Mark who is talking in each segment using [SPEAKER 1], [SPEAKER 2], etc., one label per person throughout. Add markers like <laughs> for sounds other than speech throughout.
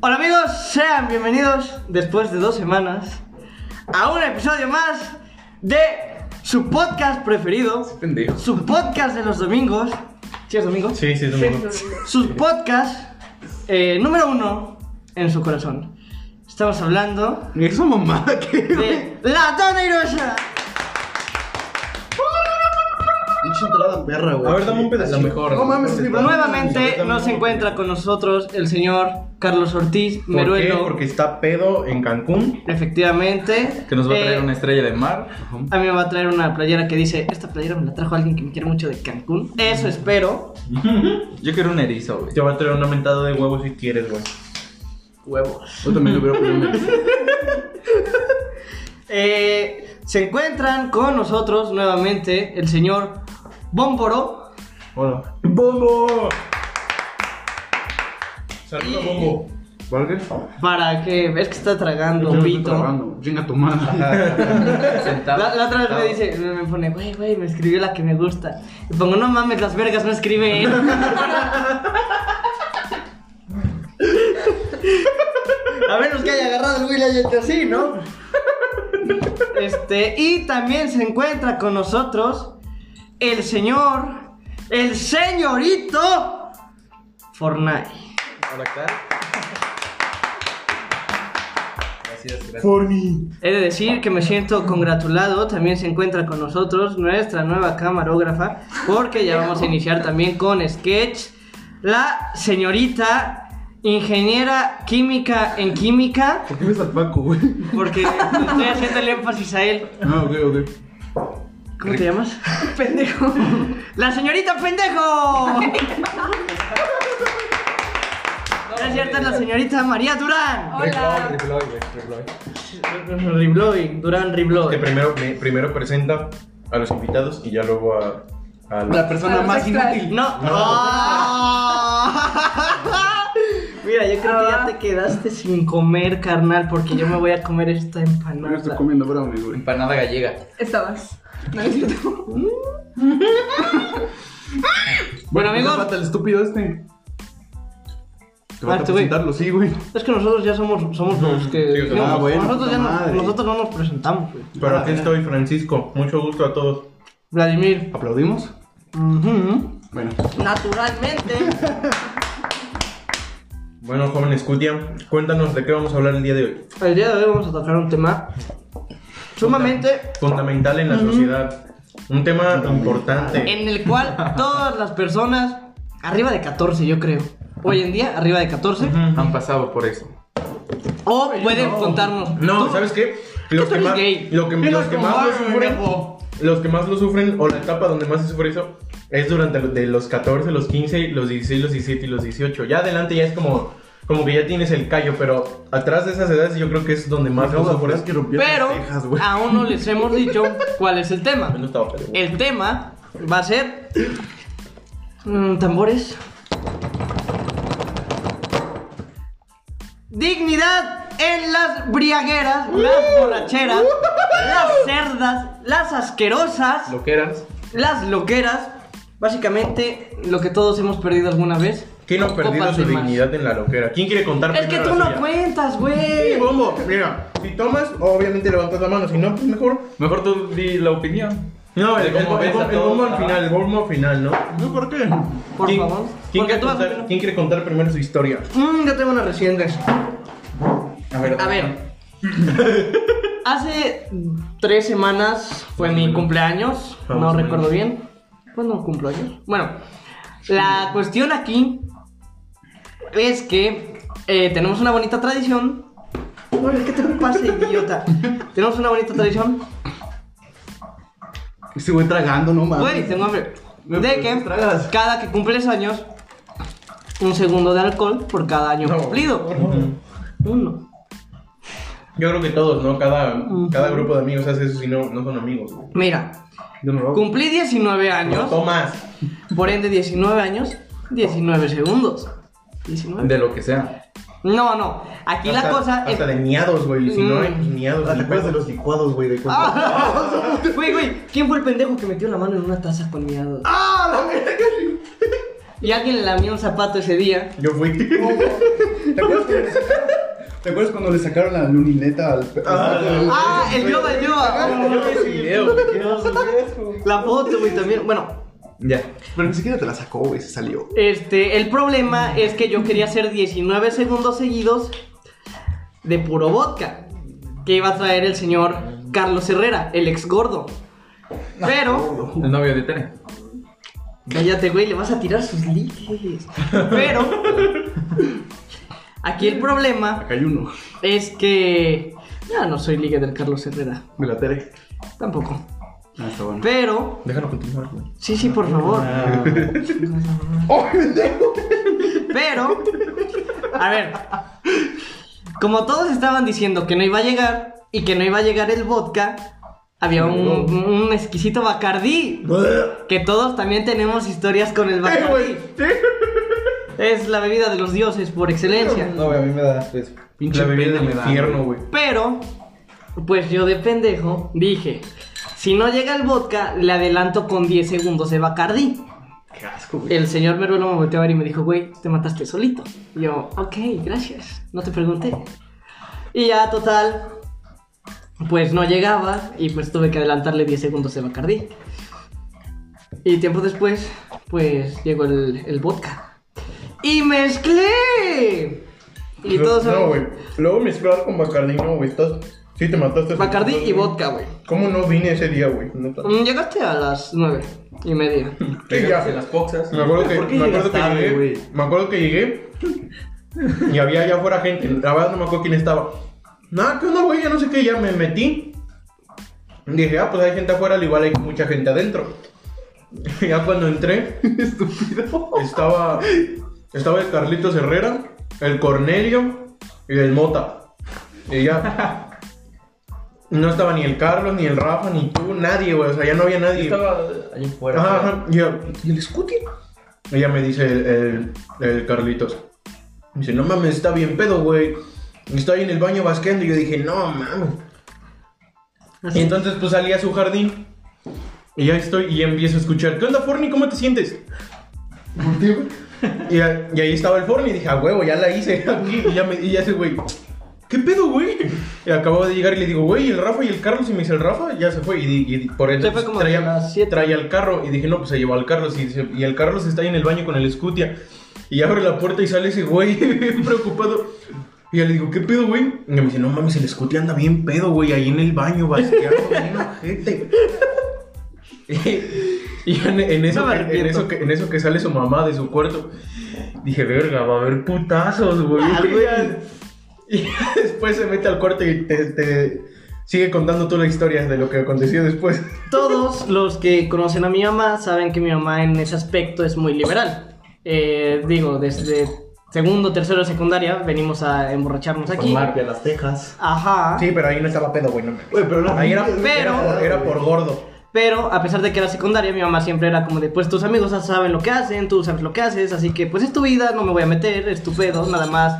[SPEAKER 1] Hola amigos, sean bienvenidos después de dos semanas a un episodio más de su podcast preferido,
[SPEAKER 2] Pendejo.
[SPEAKER 1] su podcast de los domingos, ¿sí es domingo?
[SPEAKER 2] Sí, sí, es domingo.
[SPEAKER 1] Sus podcasts eh, número uno en su corazón. Estamos hablando
[SPEAKER 2] Esa
[SPEAKER 3] <laughs>
[SPEAKER 2] mamada que.
[SPEAKER 1] de La Dona Hiroshima.
[SPEAKER 4] Pinche entrada perra, güey.
[SPEAKER 2] A ver, dame un pedacito.
[SPEAKER 4] La mejor.
[SPEAKER 2] No mames, sí, vamos.
[SPEAKER 1] Nuevamente nos encuentra con nosotros el señor Carlos Ortiz
[SPEAKER 2] ¿Por qué?
[SPEAKER 1] Meruelo.
[SPEAKER 2] Porque está pedo en Cancún.
[SPEAKER 1] Efectivamente.
[SPEAKER 3] Que nos va a traer
[SPEAKER 1] Eh,
[SPEAKER 3] una estrella de mar.
[SPEAKER 1] A mí me va a traer una playera que dice, esta playera me la trajo alguien que me quiere mucho de Cancún. Eso espero.
[SPEAKER 3] Yo quiero un erizo, güey.
[SPEAKER 2] Te va a traer una mentada de huevos si quieres, güey.
[SPEAKER 1] Huevos.
[SPEAKER 3] Yo también lo hubiera
[SPEAKER 1] <laughs>
[SPEAKER 3] pedido.
[SPEAKER 1] Eh, se encuentran con nosotros nuevamente el señor Bómboro.
[SPEAKER 2] Hola. ¡Bombo! Saluda, Bombo.
[SPEAKER 4] ¿Burger?
[SPEAKER 1] Para que ves que está tragando
[SPEAKER 4] Yo no estoy
[SPEAKER 1] pito.
[SPEAKER 4] trabajando. Chinga tu madre.
[SPEAKER 3] Sentado.
[SPEAKER 1] La, la otra vez me dice, me me pone, güey, güey, me escribió la que me gusta. Y pongo, no mames, las vergas no <laughs> escriben. A menos que haya agarrado el Will y así, ¿no? Este, y también se encuentra con nosotros el señor, el señorito Fortnite.
[SPEAKER 3] Hola, ¿qué tal? Gracias, gracias.
[SPEAKER 2] <laughs> For me.
[SPEAKER 1] He de decir que me siento congratulado, también se encuentra con nosotros nuestra nueva camarógrafa, porque ya vamos a iniciar también con sketch. La señorita ingeniera química en química,
[SPEAKER 4] ¿Por qué ves al Paco, güey?
[SPEAKER 1] porque estoy haciendo el énfasis a él.
[SPEAKER 4] Ah, ok, ok.
[SPEAKER 1] ¿Cómo te llamas? Pendejo. La señorita pendejo. No es cierto, es la señorita María Durán.
[SPEAKER 5] Hola.
[SPEAKER 1] Ribloy, Durán
[SPEAKER 2] Que
[SPEAKER 1] Ribloy.
[SPEAKER 2] primero, pri- primero presenta a los invitados y ya luego a. a los-
[SPEAKER 4] La persona
[SPEAKER 5] Los
[SPEAKER 4] más
[SPEAKER 5] extras.
[SPEAKER 4] inútil.
[SPEAKER 1] No. Ah. <laughs> Mira, yo creo que ya te quedaste sin comer, carnal, porque yo me voy a comer esta
[SPEAKER 4] Yo estoy
[SPEAKER 1] empanada.
[SPEAKER 4] comiendo brownies, güey.
[SPEAKER 3] Empanada gallega.
[SPEAKER 5] Estabas. No es cierto.
[SPEAKER 1] Bueno, amigos.
[SPEAKER 4] ¿no falta el estúpido este. Te
[SPEAKER 1] Ah,
[SPEAKER 4] falta
[SPEAKER 1] tú, güey.
[SPEAKER 4] presentarlo, sí, güey.
[SPEAKER 1] Es que nosotros ya somos, somos los que.
[SPEAKER 2] Sí, o sea,
[SPEAKER 1] digamos,
[SPEAKER 4] ah, bueno,
[SPEAKER 1] nosotros, ya no,
[SPEAKER 4] puta madre.
[SPEAKER 1] nosotros no nos presentamos, güey.
[SPEAKER 2] Pero aquí estoy, Francisco. Mucho gusto a todos.
[SPEAKER 1] Vladimir.
[SPEAKER 4] ¿Aplaudimos?
[SPEAKER 1] Ujú.
[SPEAKER 4] Bueno.
[SPEAKER 1] Naturalmente.
[SPEAKER 2] Bueno, joven Escutia, cuéntanos de qué vamos a hablar el día de hoy.
[SPEAKER 1] El día de hoy vamos a tocar un tema sumamente
[SPEAKER 2] Fundamental en la sociedad. Un tema importante.
[SPEAKER 1] en el cual todas las personas, arriba de 14, yo creo. Hoy en día, arriba de 14.
[SPEAKER 3] Han pasado por eso.
[SPEAKER 1] O pueden contarnos.
[SPEAKER 2] No,
[SPEAKER 1] tú-
[SPEAKER 2] ¿sabes qué?
[SPEAKER 1] tú
[SPEAKER 2] Los que,
[SPEAKER 1] eres
[SPEAKER 2] más,
[SPEAKER 1] gay.
[SPEAKER 2] lo que- los que más lo sufren, los que más lo sufren, o la etapa donde más se sufre eso, es durante lo- de los 14, los 15, los 16, los 17 y los 18. Ya adelante ya es como, como que ya tienes el callo, pero atrás de esas edades yo creo que es donde más lo
[SPEAKER 4] Acabo de
[SPEAKER 2] sufres.
[SPEAKER 4] jurar que rompí
[SPEAKER 1] Pero ah.
[SPEAKER 4] las cejas, güey.
[SPEAKER 1] aún no les hemos dicho cuál es el tema.
[SPEAKER 2] No estaba pedo.
[SPEAKER 1] El tema va a ser mm, tambores. Dignidad en las briagueras, las borracheras, las cerdas, las asquerosas,
[SPEAKER 3] Lo que eras.
[SPEAKER 1] las loqueras. Básicamente lo que todos hemos perdido alguna vez.
[SPEAKER 2] ¿Quién ha perdido
[SPEAKER 1] Copas
[SPEAKER 2] su
[SPEAKER 1] de más.
[SPEAKER 2] dignidad en la loquera? ¿Quién quiere contar
[SPEAKER 1] Es que
[SPEAKER 2] primero
[SPEAKER 1] tú no
[SPEAKER 2] la suya?
[SPEAKER 1] cuentas,
[SPEAKER 2] Sí,
[SPEAKER 1] güey.
[SPEAKER 2] bombo. Mira, si tomas, obviamente levantas la mano. Si no, pues mejor.
[SPEAKER 3] Mejor tú di la opinión.
[SPEAKER 2] No, el,
[SPEAKER 3] De cómo
[SPEAKER 2] el-
[SPEAKER 3] ves
[SPEAKER 2] el-
[SPEAKER 3] a
[SPEAKER 2] el
[SPEAKER 3] todos,
[SPEAKER 2] bombo al
[SPEAKER 3] ajá.
[SPEAKER 2] final, el bombo al final, ¿no?
[SPEAKER 4] ¿Yo por qué?
[SPEAKER 1] Por
[SPEAKER 2] ¿Quién-
[SPEAKER 1] favor. Porque
[SPEAKER 2] ¿quién quiere,
[SPEAKER 1] tú vas
[SPEAKER 2] contar,
[SPEAKER 1] primero.
[SPEAKER 2] quién quiere contar primero su historia?
[SPEAKER 1] Mm, yo tengo una reciente.
[SPEAKER 3] A ver.
[SPEAKER 1] A
[SPEAKER 2] <laughs>
[SPEAKER 1] ver. Hace tres semanas fue mi cumpleaños.
[SPEAKER 2] Vamos
[SPEAKER 1] No
[SPEAKER 2] a ver.
[SPEAKER 1] recuerdo bien. ¿Cuándo cumplo ayer? Bueno, la cuestión aquí es que eh, tenemos una bonita tradición. Bueno, es que te pase,
[SPEAKER 2] <laughs>
[SPEAKER 1] idiota. tenemos una bonita tradición.
[SPEAKER 4] Ese Este güey tragando, no mames.
[SPEAKER 1] Güey, tengo hambre.
[SPEAKER 4] Me
[SPEAKER 1] De que
[SPEAKER 4] tragas.
[SPEAKER 1] cada que cumples años, un segundo de alcohol por cada año
[SPEAKER 2] No.
[SPEAKER 1] cumplido. Uno.
[SPEAKER 2] Yo creo que todos, ¿no? Cada, cada grupo de amigos hace eso si no, no son amigos.
[SPEAKER 1] Mira,
[SPEAKER 4] Yo no lo hago.
[SPEAKER 1] cumplí 19 años.
[SPEAKER 2] Tomas.
[SPEAKER 1] Por ende, 19 años, 19 segundos. 19.
[SPEAKER 3] De lo que sea.
[SPEAKER 1] No, no. Aquí la
[SPEAKER 2] Hasta-
[SPEAKER 1] cosa es. Mm.
[SPEAKER 2] Hasta de niados, güey. Si no hay, pues niados.
[SPEAKER 4] Ah,
[SPEAKER 2] ni
[SPEAKER 4] ¿Te acuerdas de
[SPEAKER 2] pedo.
[SPEAKER 4] los licuados, güey? De cuando-
[SPEAKER 1] ¡Ah! <laughs> Güey, güey, ¿quién fue el pendejo que metió la mano en una taza con miados?
[SPEAKER 4] ¡Ah, la verga!
[SPEAKER 1] y alguien le lamió un zapato ese día.
[SPEAKER 2] Yo fui.
[SPEAKER 4] <laughs> ¿Te acuerdas cuando le sacaron- te acuerdas cuando le sacaron la lunineta al pe-
[SPEAKER 2] Ah,
[SPEAKER 4] al-
[SPEAKER 1] Ah, el yoba, el yoba.
[SPEAKER 2] Yo vi ese video.
[SPEAKER 1] La foto, güey, también. Bueno,
[SPEAKER 3] Ya.
[SPEAKER 4] Pero ni siquiera te la sacó, güey, se salió.
[SPEAKER 1] Este, el problema es que yo quería hacer 19 segundos seguidos de puro vodka que iba a traer el señor Carlos Herrera, el ex gordo.
[SPEAKER 2] <laughs>
[SPEAKER 1] Pero,
[SPEAKER 3] El novio de Tere.
[SPEAKER 1] cállate, güey, le vas a tirar sus liques. Pero, aquí el problema
[SPEAKER 4] Acá hay uno.
[SPEAKER 1] es que ya no soy ligue del Carlos Herrera,
[SPEAKER 4] Me la teré.
[SPEAKER 1] tampoco.
[SPEAKER 4] Ah, está bueno.
[SPEAKER 1] Pero,
[SPEAKER 2] Déjalo continuar, güey.
[SPEAKER 1] sí, sí, por favor. <laughs>
[SPEAKER 4] ¡Oh, pendejo!
[SPEAKER 1] Pero, a ver, como todos estaban diciendo que no iba a llegar y que no iba a llegar el vodka, había un, un exquisito Bacardí.
[SPEAKER 2] ¡Eh,
[SPEAKER 1] Que todos también tenemos historias con el Bacardí. Es la bebida de los dioses por excelencia.
[SPEAKER 6] No, güey, a mí me da eso.
[SPEAKER 2] pues, Pinche bebida del infierno, güey.
[SPEAKER 1] Pero, pues yo de pendejo dije: si no llega el vodka, le adelanto con 10 segundos de Bacardí.
[SPEAKER 4] ¡Qué asco, güey!
[SPEAKER 1] El señor Meruelo me volteó a ver y me dijo, güey, te mataste solito. Y yo, ok, gracias, no te pregunté. Y ya, total, pues no llegaba y pues tuve que adelantarle 10 segundos de Bacardí. Y tiempo después, pues llegó el, el vodka. ¡Y mezclé! Y todos
[SPEAKER 2] No,
[SPEAKER 1] saben-
[SPEAKER 2] güey. Luego mezclar con Bacardí, no, güey. Estás... Sí, te mataste.
[SPEAKER 1] Bacardí y vodka, güey.
[SPEAKER 2] ¿Cómo no vine ese día, güey? Neta.
[SPEAKER 1] Mm, Llegaste a las 9 y media.
[SPEAKER 2] Sí, ya.
[SPEAKER 3] en las boxas.
[SPEAKER 2] Me acuerdo que,
[SPEAKER 4] ¿Por qué
[SPEAKER 2] me acuerdo
[SPEAKER 4] llegas
[SPEAKER 2] que
[SPEAKER 4] tarde,
[SPEAKER 2] llegué.
[SPEAKER 4] güey?
[SPEAKER 2] Me acuerdo que llegué. Y había allá afuera gente. La verdad no me acuerdo quién estaba. Nada, que una güey, ya no sé qué, ya me metí. Dije, ah, pues hay gente afuera, al igual hay mucha gente adentro. <laughs> ya cuando entré,
[SPEAKER 4] <laughs> ¡Estúpido!
[SPEAKER 2] estaba. Estaba el Carlitos Herrera, el Cornelio y el Mota. Y
[SPEAKER 4] <laughs>
[SPEAKER 2] ya. No estaba ni el Carlos, ni el Rafa, ni tú, nadie, güey. O sea, ya no había nadie.
[SPEAKER 6] Estaba allá fuera.
[SPEAKER 2] Ajá, ajá. Y, yo, ¿y el Scooty? Ella me dice el, el- el Carlitos. Me dice, no mames, está bien pedo, güey. Está ahí en el baño basqueando. Y yo dije, no mames. Y entonces pues salí a su jardín. Y ya estoy y empiezo a escuchar, ¿qué onda, Forni? ¿Cómo te sientes? Y, a- y ahí estaba el Forni y dije, a huevo, ya la hice <laughs> aquí. Y ya, me, y ya ese güey, ¿qué pedo, güey? Y acababa de llegar y le digo, güey, ¿y el Rafa y el Carlos. Y me dice, el Rafa ya se fue. Y, di- y di- por
[SPEAKER 1] Se
[SPEAKER 2] eso
[SPEAKER 1] fue como
[SPEAKER 2] traía,
[SPEAKER 1] a las siete.
[SPEAKER 2] traía el carro. Y dije, no, pues se llevó al Carlos. Y, dice, y el Carlos está ahí en el baño con el Scutia. Y abre la puerta y sale ese güey <laughs> preocupado. Y ya le digo, ¿qué pedo, güey? Y me dice, no mames, el Scutia anda bien pedo, güey, ahí en el baño, <laughs> basqueado, bien ojete. Y en, en eso,
[SPEAKER 1] No me
[SPEAKER 2] que- en,
[SPEAKER 1] arrepiento.
[SPEAKER 2] eso que, en eso que sale su mamá de su cuarto, dije, verga, va a haber putazos, güey.
[SPEAKER 1] Ah, güey.
[SPEAKER 2] <laughs> Y después se mete al cuarto y te, te sigue contando toda la historia de lo que aconteció después.
[SPEAKER 1] Todos los que conocen a mi mamá saben que mi mamá en ese aspecto es muy liberal. Eh, digo, desde segundo, tercero, secundaria venimos a emborracharnos aquí.
[SPEAKER 6] a las Tejas.
[SPEAKER 1] Ajá.
[SPEAKER 2] Sí, pero ahí no estaba pedo, güey, no mames.
[SPEAKER 4] Güey, pero la
[SPEAKER 2] Ahí era,
[SPEAKER 4] familia-
[SPEAKER 2] era, era por gordo.
[SPEAKER 1] Pero a pesar de que era secundaria, mi mamá siempre era como de, pues tus amigos ya saben lo que hacen, tú sabes lo que haces, así que pues es tu vida, no me voy a meter, es tu pedo, nada más.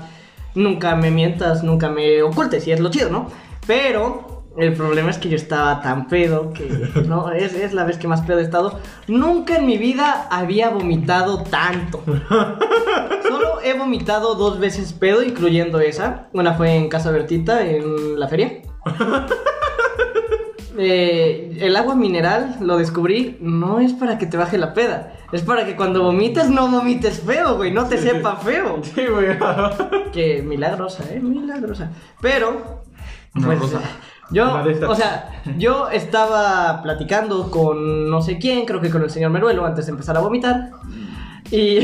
[SPEAKER 1] Nunca me mientas, nunca me ocultes, y es lo chido, ¿no? Pero el problema es que yo estaba tan pedo que, ¿no? Es, es la vez que más pedo he estado. Nunca en mi vida había vomitado tanto. Solo he vomitado dos veces pedo, incluyendo esa. Una fue en Casa Bertita, en la feria. Eh, el agua mineral, lo descubrí, no es para que te baje la peda. Es para que cuando vomites no vomites feo, güey, no te sepa feo.
[SPEAKER 2] Sí, güey.
[SPEAKER 1] Que milagrosa, eh, milagrosa. Pero, pues,
[SPEAKER 3] rosa.
[SPEAKER 1] yo,
[SPEAKER 2] Una de estas.
[SPEAKER 1] o sea, yo estaba platicando con no sé quién, creo que con el señor Meruelo, antes de empezar a vomitar. Y,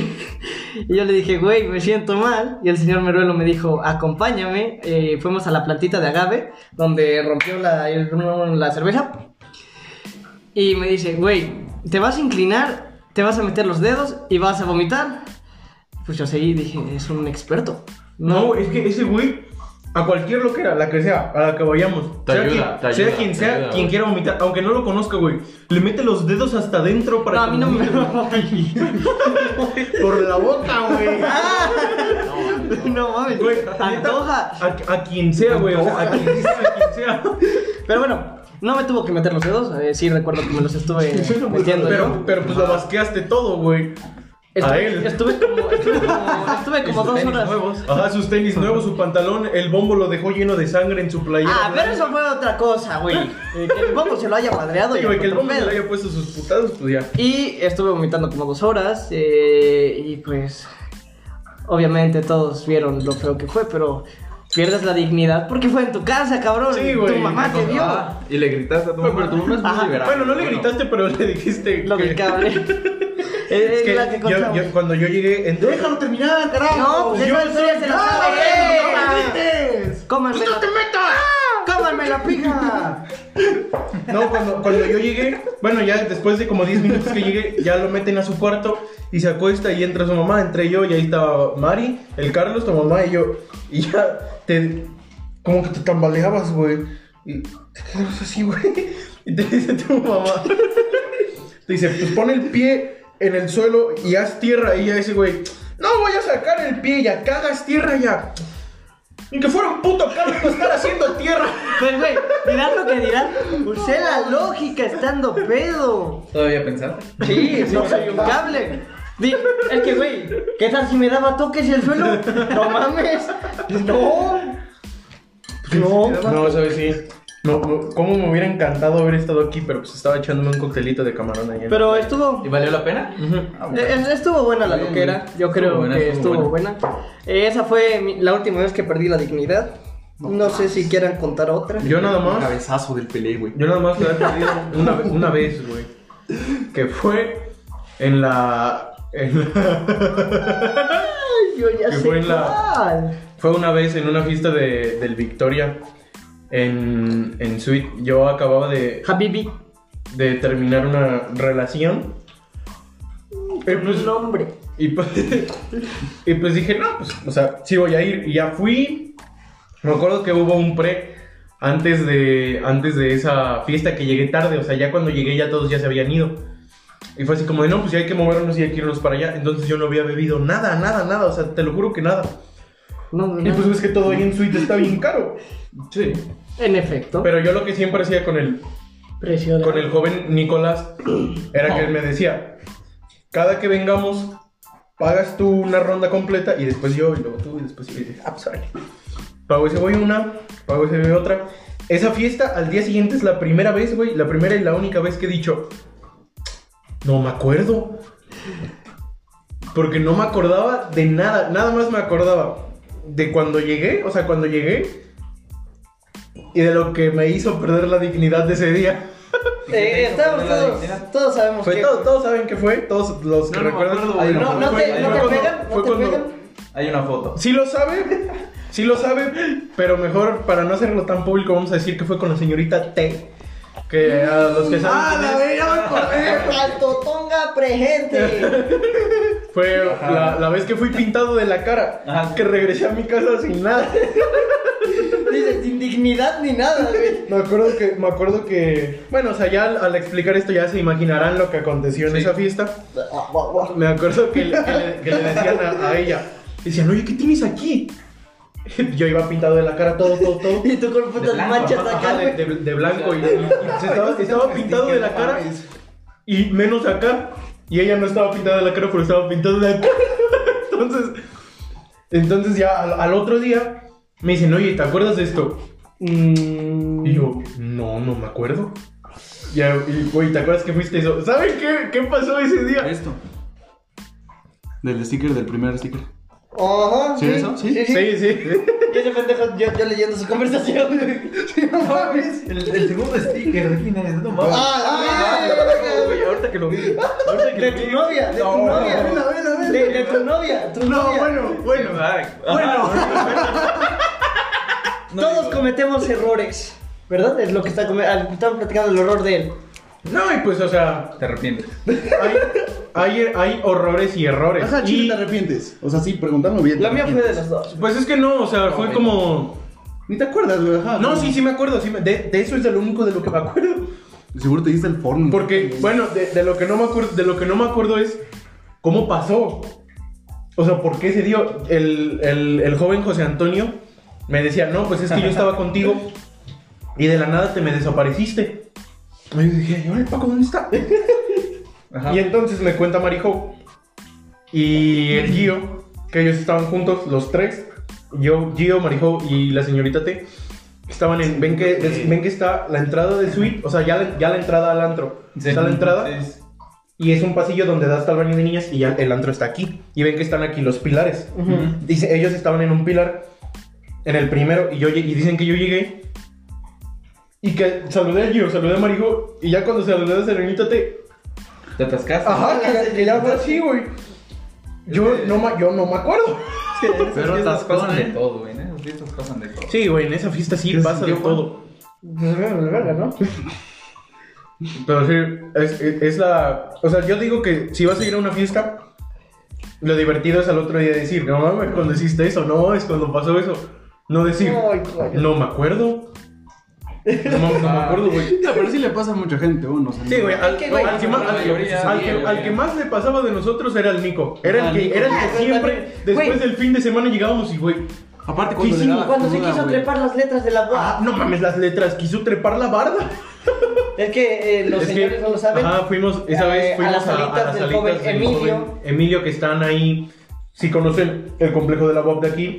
[SPEAKER 1] y yo le dije, güey, me siento mal. Y el señor Meruelo me dijo, acompáñame. Eh, fuimos a la plantita de agave, donde rompió la, el- la cerveza. Y me dice, güey, te vas a inclinar, te vas a meter los dedos y vas a vomitar. Pues yo seguí y dije, es un experto.
[SPEAKER 2] No, es que ese güey, a cualquier lo que era, la que sea, a la que vayamos,
[SPEAKER 3] Te
[SPEAKER 2] sea,
[SPEAKER 3] ayuda,
[SPEAKER 2] quien,
[SPEAKER 3] te
[SPEAKER 2] sea
[SPEAKER 3] ayuda,
[SPEAKER 2] quien
[SPEAKER 3] te
[SPEAKER 2] sea,
[SPEAKER 3] ayuda,
[SPEAKER 2] quien
[SPEAKER 3] güey.
[SPEAKER 2] quiera vomitar, aunque no lo conozca, güey, le mete los dedos hasta adentro para
[SPEAKER 1] No, a mí no me. <laughs>
[SPEAKER 2] <laughs> Por la boca, <laughs> güey.
[SPEAKER 1] <laughs> no mames,
[SPEAKER 2] Güey,
[SPEAKER 1] antoja.
[SPEAKER 2] A, a quien sea, güey. O sea, a quien sea, a quien sea.
[SPEAKER 1] Pero bueno, no me tuvo que meter los dedos. eh, sí, recuerdo que me los estuve metiendo.
[SPEAKER 2] Pero,
[SPEAKER 1] yo.
[SPEAKER 2] pero pues lo basqueaste todo, güey. A
[SPEAKER 1] Estuve,
[SPEAKER 2] él. Este,
[SPEAKER 1] estuve como, estuve como, estuve como
[SPEAKER 2] sus
[SPEAKER 1] dos
[SPEAKER 2] tenis
[SPEAKER 1] horas.
[SPEAKER 2] nuevos. Ajá, sus tenis nuevos, su pantalón, el bombo lo dejó lleno de sangre en su playera.
[SPEAKER 1] Ah, pero
[SPEAKER 2] blanca.
[SPEAKER 1] eso fue otra cosa, güey. Eh, Que el bombo se lo haya padreado.
[SPEAKER 2] Sí,
[SPEAKER 1] ya
[SPEAKER 2] güey,
[SPEAKER 1] fue
[SPEAKER 2] que el
[SPEAKER 1] otro
[SPEAKER 2] bombo se
[SPEAKER 1] pedo.
[SPEAKER 2] le haya puesto sus putados, pues ya.
[SPEAKER 1] Y estuve vomitando como dos horas. eh, y pues. Obviamente todos vieron lo feo que fue, pero pierdes la dignidad porque fue en tu casa, cabrón.
[SPEAKER 2] Sí, güey,
[SPEAKER 1] Tu mamá te vio.
[SPEAKER 3] Ah, y le gritaste a tu
[SPEAKER 2] Bueno,
[SPEAKER 3] mamá.
[SPEAKER 2] pero tu mamá
[SPEAKER 1] es muy liberal.
[SPEAKER 2] Bueno, no le gritaste, pero le dijiste
[SPEAKER 1] Lo
[SPEAKER 2] que...
[SPEAKER 1] del cable. es
[SPEAKER 2] <laughs> Es que
[SPEAKER 1] la que
[SPEAKER 2] yo-
[SPEAKER 1] contamos.
[SPEAKER 2] yo- cuando yo llegué... en-
[SPEAKER 6] Déjalo terminar, carajo.
[SPEAKER 1] No, pues
[SPEAKER 2] yo
[SPEAKER 1] esa historia se la
[SPEAKER 6] ¡Ah,
[SPEAKER 1] sabe.
[SPEAKER 6] güey, no me
[SPEAKER 1] ¡Eh!
[SPEAKER 6] grites!
[SPEAKER 1] Cómanme la- ¡Cómanme la pija!
[SPEAKER 2] No, cuando, cuando yo llegué, bueno, ya después de como 10 minutos que llegué, ya lo meten a su cuarto y se acuesta y entra su mamá, entré yo y ahí estaba Mari, el Carlos, tu mamá y yo. Y ya te. como que te tambaleabas, güey. Y te quedas así, güey. Y te dice tu mamá. Te dice, pues pon el pie en el suelo y haz tierra. Y ya dice, güey, no voy a sacar el pie, ya cagas tierra ya. Ni que fuera un puto Carlos para estar haciendo tierra.
[SPEAKER 1] Pues, güey, dirás lo que dirás. Usé la lógica estando pedo.
[SPEAKER 3] ¿Todavía pensaste?
[SPEAKER 1] Sí, no soy un cable. Di- Es que, güey, ¿qué tal si me daba toques el suelo? No mames. No. No.
[SPEAKER 2] No, sabes sí. No, no, cómo me hubiera encantado haber estado aquí, pero pues estaba echándome un coctelito de camarón ahí. en-
[SPEAKER 1] Pero estuvo.
[SPEAKER 3] ¿Y valió la pena?
[SPEAKER 1] eh, Estuvo buena la loquera. Yo creo
[SPEAKER 3] buena,
[SPEAKER 1] que
[SPEAKER 3] estuvo
[SPEAKER 1] estuvo buena. Eh, esa fue mi- la última vez que perdí la dignidad. No sé si quieran contar otra.
[SPEAKER 2] Yo nada
[SPEAKER 3] Un
[SPEAKER 2] más.
[SPEAKER 3] cabezazo del Pelé, güey.
[SPEAKER 2] Yo nada más la he perdido una, ve- una vez, güey. Que fue en la. <laughs> en la-
[SPEAKER 1] Ay, yo ya
[SPEAKER 2] Que
[SPEAKER 1] sé.
[SPEAKER 2] fue en la-
[SPEAKER 1] cuál.
[SPEAKER 2] fue una vez en una fiesta de, del Victoria. En, en Suite. Yo acababa de,
[SPEAKER 1] Habibi.
[SPEAKER 2] de terminar una relación. Eh,
[SPEAKER 1] Con
[SPEAKER 2] pues,
[SPEAKER 1] un nombre.
[SPEAKER 2] Y pues, <laughs> y pues dije, no, pues, o sea, sí voy a ir. Y ya fui. Me acuerdo que hubo un pre antes de, antes de esa fiesta que llegué tarde. O sea, ya cuando llegué ya todos ya se habían ido. Y fue así como de, no, pues ya hay que movernos y hay que irnos para allá. Entonces yo no había bebido nada, nada, nada. O sea, te lo juro que nada.
[SPEAKER 1] No, no,
[SPEAKER 2] Y
[SPEAKER 1] no.
[SPEAKER 2] pues es que todo ahí en suite está bien caro.
[SPEAKER 3] Sí.
[SPEAKER 1] En efecto.
[SPEAKER 2] Pero yo lo que siempre hacía con el
[SPEAKER 1] Preciosa.
[SPEAKER 2] con el joven Nicolás era que él me decía, cada que vengamos, pagas tú una ronda completa y después yo, y luego tú, y después yo, y dije, ah, pues, órale. Pago ese güey una, pago ese güey otra. Esa fiesta al día siguiente es la primera vez, güey, la primera y la única vez que he dicho, no me acuerdo. Porque no me acordaba de nada, nada más me acordaba de cuando llegué, o sea, cuando llegué y de lo que me hizo perder la dignad de ese día.
[SPEAKER 1] Eh, estamos todos, todos sabemos
[SPEAKER 2] Fue
[SPEAKER 1] que
[SPEAKER 2] todo, todos saben que fue, todos los que
[SPEAKER 3] No, no me
[SPEAKER 2] recuerdan.
[SPEAKER 3] acuerdo,
[SPEAKER 2] Ay,
[SPEAKER 3] güey.
[SPEAKER 1] No, no
[SPEAKER 2] fue-
[SPEAKER 1] te, no
[SPEAKER 2] fue
[SPEAKER 1] te
[SPEAKER 2] cuando-
[SPEAKER 1] pegan, no
[SPEAKER 2] fue
[SPEAKER 1] te
[SPEAKER 2] cuando-
[SPEAKER 1] pegan.
[SPEAKER 3] Hay una foto.
[SPEAKER 2] Sí lo sabe, sí lo sabe, pero mejor para no hacerlo tan público vamos a decir que fue con la señorita T, que a los que
[SPEAKER 1] Ah,
[SPEAKER 2] saben quién es,
[SPEAKER 1] Altotonga presente.
[SPEAKER 2] fue la, la vez que fui pintado de la cara,
[SPEAKER 3] Ajá.
[SPEAKER 2] que regresé a mi casa sin nada.
[SPEAKER 1] Dice, sin dignidad ni nada, güey.
[SPEAKER 2] Me acuerdo que, me acuerdo que, bueno, o sea, ya al, al explicar esto ya se imaginarán lo que aconteció en
[SPEAKER 3] Sí.
[SPEAKER 2] esa fiesta. Me acuerdo que, le- que le, que le decían a, a ella, decían, oye, ¿qué tienes aquí? <laughs> Yo iba pintado de la cara todo, todo, todo.
[SPEAKER 1] Y tú con putas
[SPEAKER 3] blanco,
[SPEAKER 1] manchas
[SPEAKER 2] Ajá,
[SPEAKER 1] acá,
[SPEAKER 2] de,
[SPEAKER 1] güey.
[SPEAKER 2] de- de blanco y, y- y se estaba, estaba pintado de la cara y menos acá y ella no estaba pintada de la cara pero estaba pintada de la cara entonces entonces ya al, al otro día me dicen oye te acuerdas de esto y yo no no me acuerdo ya y güey te acuerdas que fuiste eso saben qué qué pasó ese día
[SPEAKER 3] Esto. Del sticker, del primer sticker.
[SPEAKER 1] Ajá.
[SPEAKER 3] ¿Sí, eso? ¿Sí?
[SPEAKER 1] sí.
[SPEAKER 2] sí sí
[SPEAKER 1] Y ese pendejo, yo, yo leyendo su conversación. güey. Sí, no mames.
[SPEAKER 6] El, el segundo sticker, ¿de quién es? No mames.
[SPEAKER 1] Ah, la verga, güey.
[SPEAKER 2] Güey, ahorita que lo vi ahorita que
[SPEAKER 1] De
[SPEAKER 2] lo
[SPEAKER 1] tu
[SPEAKER 2] vi.
[SPEAKER 1] novia, de tu
[SPEAKER 2] No,
[SPEAKER 1] novia.
[SPEAKER 2] no, no, no, no.
[SPEAKER 1] De, de tu novia, tu
[SPEAKER 2] no
[SPEAKER 1] novia.
[SPEAKER 2] bueno bueno
[SPEAKER 1] Todos cometemos errores, ¿verdad? Es lo que está come- al- estamos platicando el horror de él.
[SPEAKER 2] no y pues o sea
[SPEAKER 3] Te arrepientes.
[SPEAKER 2] hay, hay, hay horrores y errores.
[SPEAKER 4] Ajá,
[SPEAKER 2] Y,
[SPEAKER 4] chile, te arrepientes. O sea, sí, preguntarlo bien. te
[SPEAKER 1] La mía fue de
[SPEAKER 4] arrepientes.
[SPEAKER 1] los dos.
[SPEAKER 2] pues es que no, o sea, fue como.
[SPEAKER 4] Ni te acuerdas, güey. Ajá.
[SPEAKER 2] No, sí, sí me acuerdo. Sí me- de, de eso es de lo único de lo que me acuerdo.
[SPEAKER 4] Seguro te diste el forno.
[SPEAKER 2] Porque, bueno, de, de lo que no me acuerdo, de lo que no me acuerdo es cómo pasó. O sea, ¿por qué se dio? El, el- el joven José Antonio me decía, no, pues es que yo estaba contigo y de la nada te me desapareciste. Y yo dije, ¿y ahora el Paco dónde está?
[SPEAKER 3] Ajá.
[SPEAKER 2] Y entonces me cuenta Marijo y el Gio, que ellos estaban juntos, los tres, yo, Gio, Marijo y la señorita T, estaban en, ven que, ven que está la entrada de suite, o sea, ya la, ya la entrada al antro, está la entrada y es un pasillo donde da hasta el baño de niñas y ya el antro está aquí, y ven que están aquí los pilares, dice, ellos estaban en un pilar, en el primero, y, yo, lle- y dicen que yo llegué, y que saludé a Gio, saludé a Marijo, y ya cuando saludé a la señorita T,
[SPEAKER 7] ¿Te atascaste?
[SPEAKER 2] Ajá, que ya, que ya fue así, güey. Yo no, ma- yo no me acuerdo.
[SPEAKER 7] Pero
[SPEAKER 6] fiestas
[SPEAKER 7] atascón, de todo, güey. ¿eh? Las fiestas pasan de todo.
[SPEAKER 2] Sí, güey, en esa fiesta sí
[SPEAKER 3] ¿Qué
[SPEAKER 2] pasa de
[SPEAKER 3] sintió, Juan?
[SPEAKER 2] todo.
[SPEAKER 1] Pues verga, verga, ¿no?
[SPEAKER 2] Pero sí, es, es- es la. O sea, yo digo que si vas a ir a una fiesta, lo divertido es al otro día decir, no mames, cuando hiciste eso, no, es cuando pasó eso. No decir,
[SPEAKER 1] Ay, coño.
[SPEAKER 2] no me acuerdo. No, mames, no me acuerdo, güey.
[SPEAKER 3] No, pero sí le pasa a mucha gente, uno. o sea,
[SPEAKER 2] Sí, güey, al,
[SPEAKER 5] Es que, güey,
[SPEAKER 2] al que más,
[SPEAKER 7] la
[SPEAKER 2] al, que-
[SPEAKER 7] mayoría,
[SPEAKER 2] al que-
[SPEAKER 7] güey.
[SPEAKER 2] al que más le pasaba de nosotros era el Nico. Era el
[SPEAKER 3] Ah,
[SPEAKER 2] que,
[SPEAKER 3] Nico.
[SPEAKER 2] era el
[SPEAKER 5] Ah,
[SPEAKER 2] que siempre,
[SPEAKER 5] güey.
[SPEAKER 2] después del fin de semana llegábamos y, güey,
[SPEAKER 3] Aparte,
[SPEAKER 2] ¿Qué
[SPEAKER 3] cuando le
[SPEAKER 2] hicimos?
[SPEAKER 3] daba
[SPEAKER 5] Cuando se
[SPEAKER 3] cruda,
[SPEAKER 5] quiso
[SPEAKER 3] güey.
[SPEAKER 5] trepar las letras de la
[SPEAKER 2] Ah,
[SPEAKER 5] boa.
[SPEAKER 2] no mames las letras, quiso trepar la barda.
[SPEAKER 1] Es que eh, los
[SPEAKER 2] Es que-
[SPEAKER 1] señores no lo saben.
[SPEAKER 2] Ajá, fuimos, esa
[SPEAKER 1] Eh,
[SPEAKER 2] vez
[SPEAKER 1] a
[SPEAKER 2] fuimos
[SPEAKER 1] las
[SPEAKER 2] a,
[SPEAKER 1] salitas
[SPEAKER 2] a las
[SPEAKER 1] del
[SPEAKER 2] salitas
[SPEAKER 1] joven
[SPEAKER 2] del
[SPEAKER 1] Emilio.
[SPEAKER 2] joven Emilio, que están ahí. Si conocen el complejo de la UAP de aquí,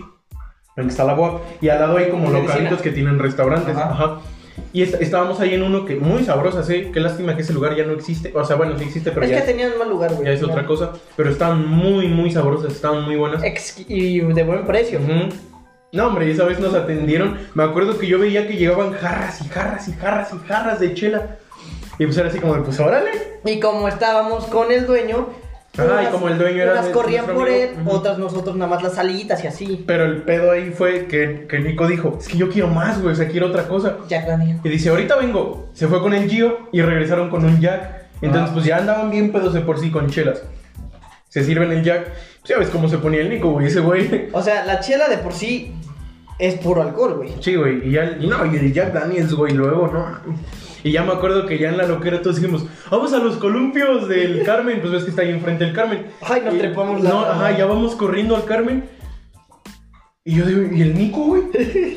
[SPEAKER 2] en que está la UAP, y al lado hay como
[SPEAKER 7] Medicina.
[SPEAKER 2] localitos que tienen restaurantes. Ajá.
[SPEAKER 7] Ajá.
[SPEAKER 2] Y est- estábamos ahí en uno que muy sabroso, sí. Qué lástima que ese lugar ya no existe. O sea, bueno, sí existe, pero
[SPEAKER 1] es
[SPEAKER 2] ya,
[SPEAKER 1] que tenían mal lugar, güey.
[SPEAKER 2] ya es otra cosa. Pero están muy, muy sabrosas, están muy buenas.
[SPEAKER 1] Ex- y de buen precio.
[SPEAKER 2] Ujú. No, hombre, esa vez nos atendieron. Me acuerdo que yo veía que llegaban jarras y jarras y jarras y jarras de chela. Y pues era así como, de, pues órale.
[SPEAKER 1] Y como estábamos con el dueño.
[SPEAKER 2] Ah, y como el dueño era
[SPEAKER 1] Unas
[SPEAKER 2] de-
[SPEAKER 1] corrían
[SPEAKER 2] nuestro
[SPEAKER 1] por
[SPEAKER 2] amigo.
[SPEAKER 1] él,
[SPEAKER 2] Ujú.
[SPEAKER 1] otras nosotros nada más las salitas y así.
[SPEAKER 2] Pero el pedo ahí fue que, que Nico dijo, es que yo quiero más, güey, o sea, quiero otra cosa.
[SPEAKER 1] Ya planean.
[SPEAKER 2] Y dice, ahorita vengo. Se fue con el Gio y regresaron con un Jack. Entonces,
[SPEAKER 7] Ah.
[SPEAKER 2] pues ya andaban bien pedos de por sí con chelas. Se sirven el Jack. Pues ya ves cómo se ponía el Nico, güey, ese güey.
[SPEAKER 1] O sea, la chela de por sí es puro alcohol, güey.
[SPEAKER 2] Sí, güey, y ya, el- no, y el Jack Daniels, güey, luego, ¿no? Y ya me acuerdo que ya en la loquera todos dijimos, vamos a los
[SPEAKER 1] <laughs>
[SPEAKER 2] columpios del Carmen, pues ves que está ahí enfrente el Carmen.
[SPEAKER 1] Ay, nos
[SPEAKER 2] Y-
[SPEAKER 1] trepamos la-
[SPEAKER 2] No, ajá, ya vamos corriendo al Carmen. Y yo digo, ¿y el Nico,
[SPEAKER 1] <laughs>
[SPEAKER 2] güey?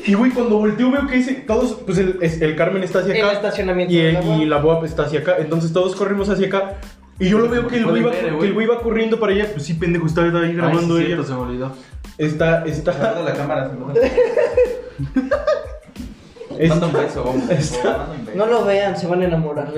[SPEAKER 2] Y güey, cuando volteo veo que dice, todos, pues el, es- el Carmen está hacia
[SPEAKER 1] El
[SPEAKER 2] acá.
[SPEAKER 1] estacionamiento
[SPEAKER 2] Y,
[SPEAKER 1] de
[SPEAKER 2] el-
[SPEAKER 1] la UAP.
[SPEAKER 2] y la BUAP está hacia acá. Entonces todos corrimos hacia acá. Y yo lo veo que el güey
[SPEAKER 3] Pueden
[SPEAKER 2] va,
[SPEAKER 3] ver,
[SPEAKER 2] que
[SPEAKER 3] güey.
[SPEAKER 2] el güey va corriendo para allá. Pues sí, pendejo, está ahí
[SPEAKER 3] Ay, sí,
[SPEAKER 2] grabando ella.
[SPEAKER 3] cierto, se me olvidó.
[SPEAKER 2] Está, está,
[SPEAKER 3] <laughs>
[SPEAKER 7] Guarda la cámara, se lo Manda un
[SPEAKER 2] está.
[SPEAKER 7] beso, vamos. Manda un beso.
[SPEAKER 1] No lo vean, se van a enamorar.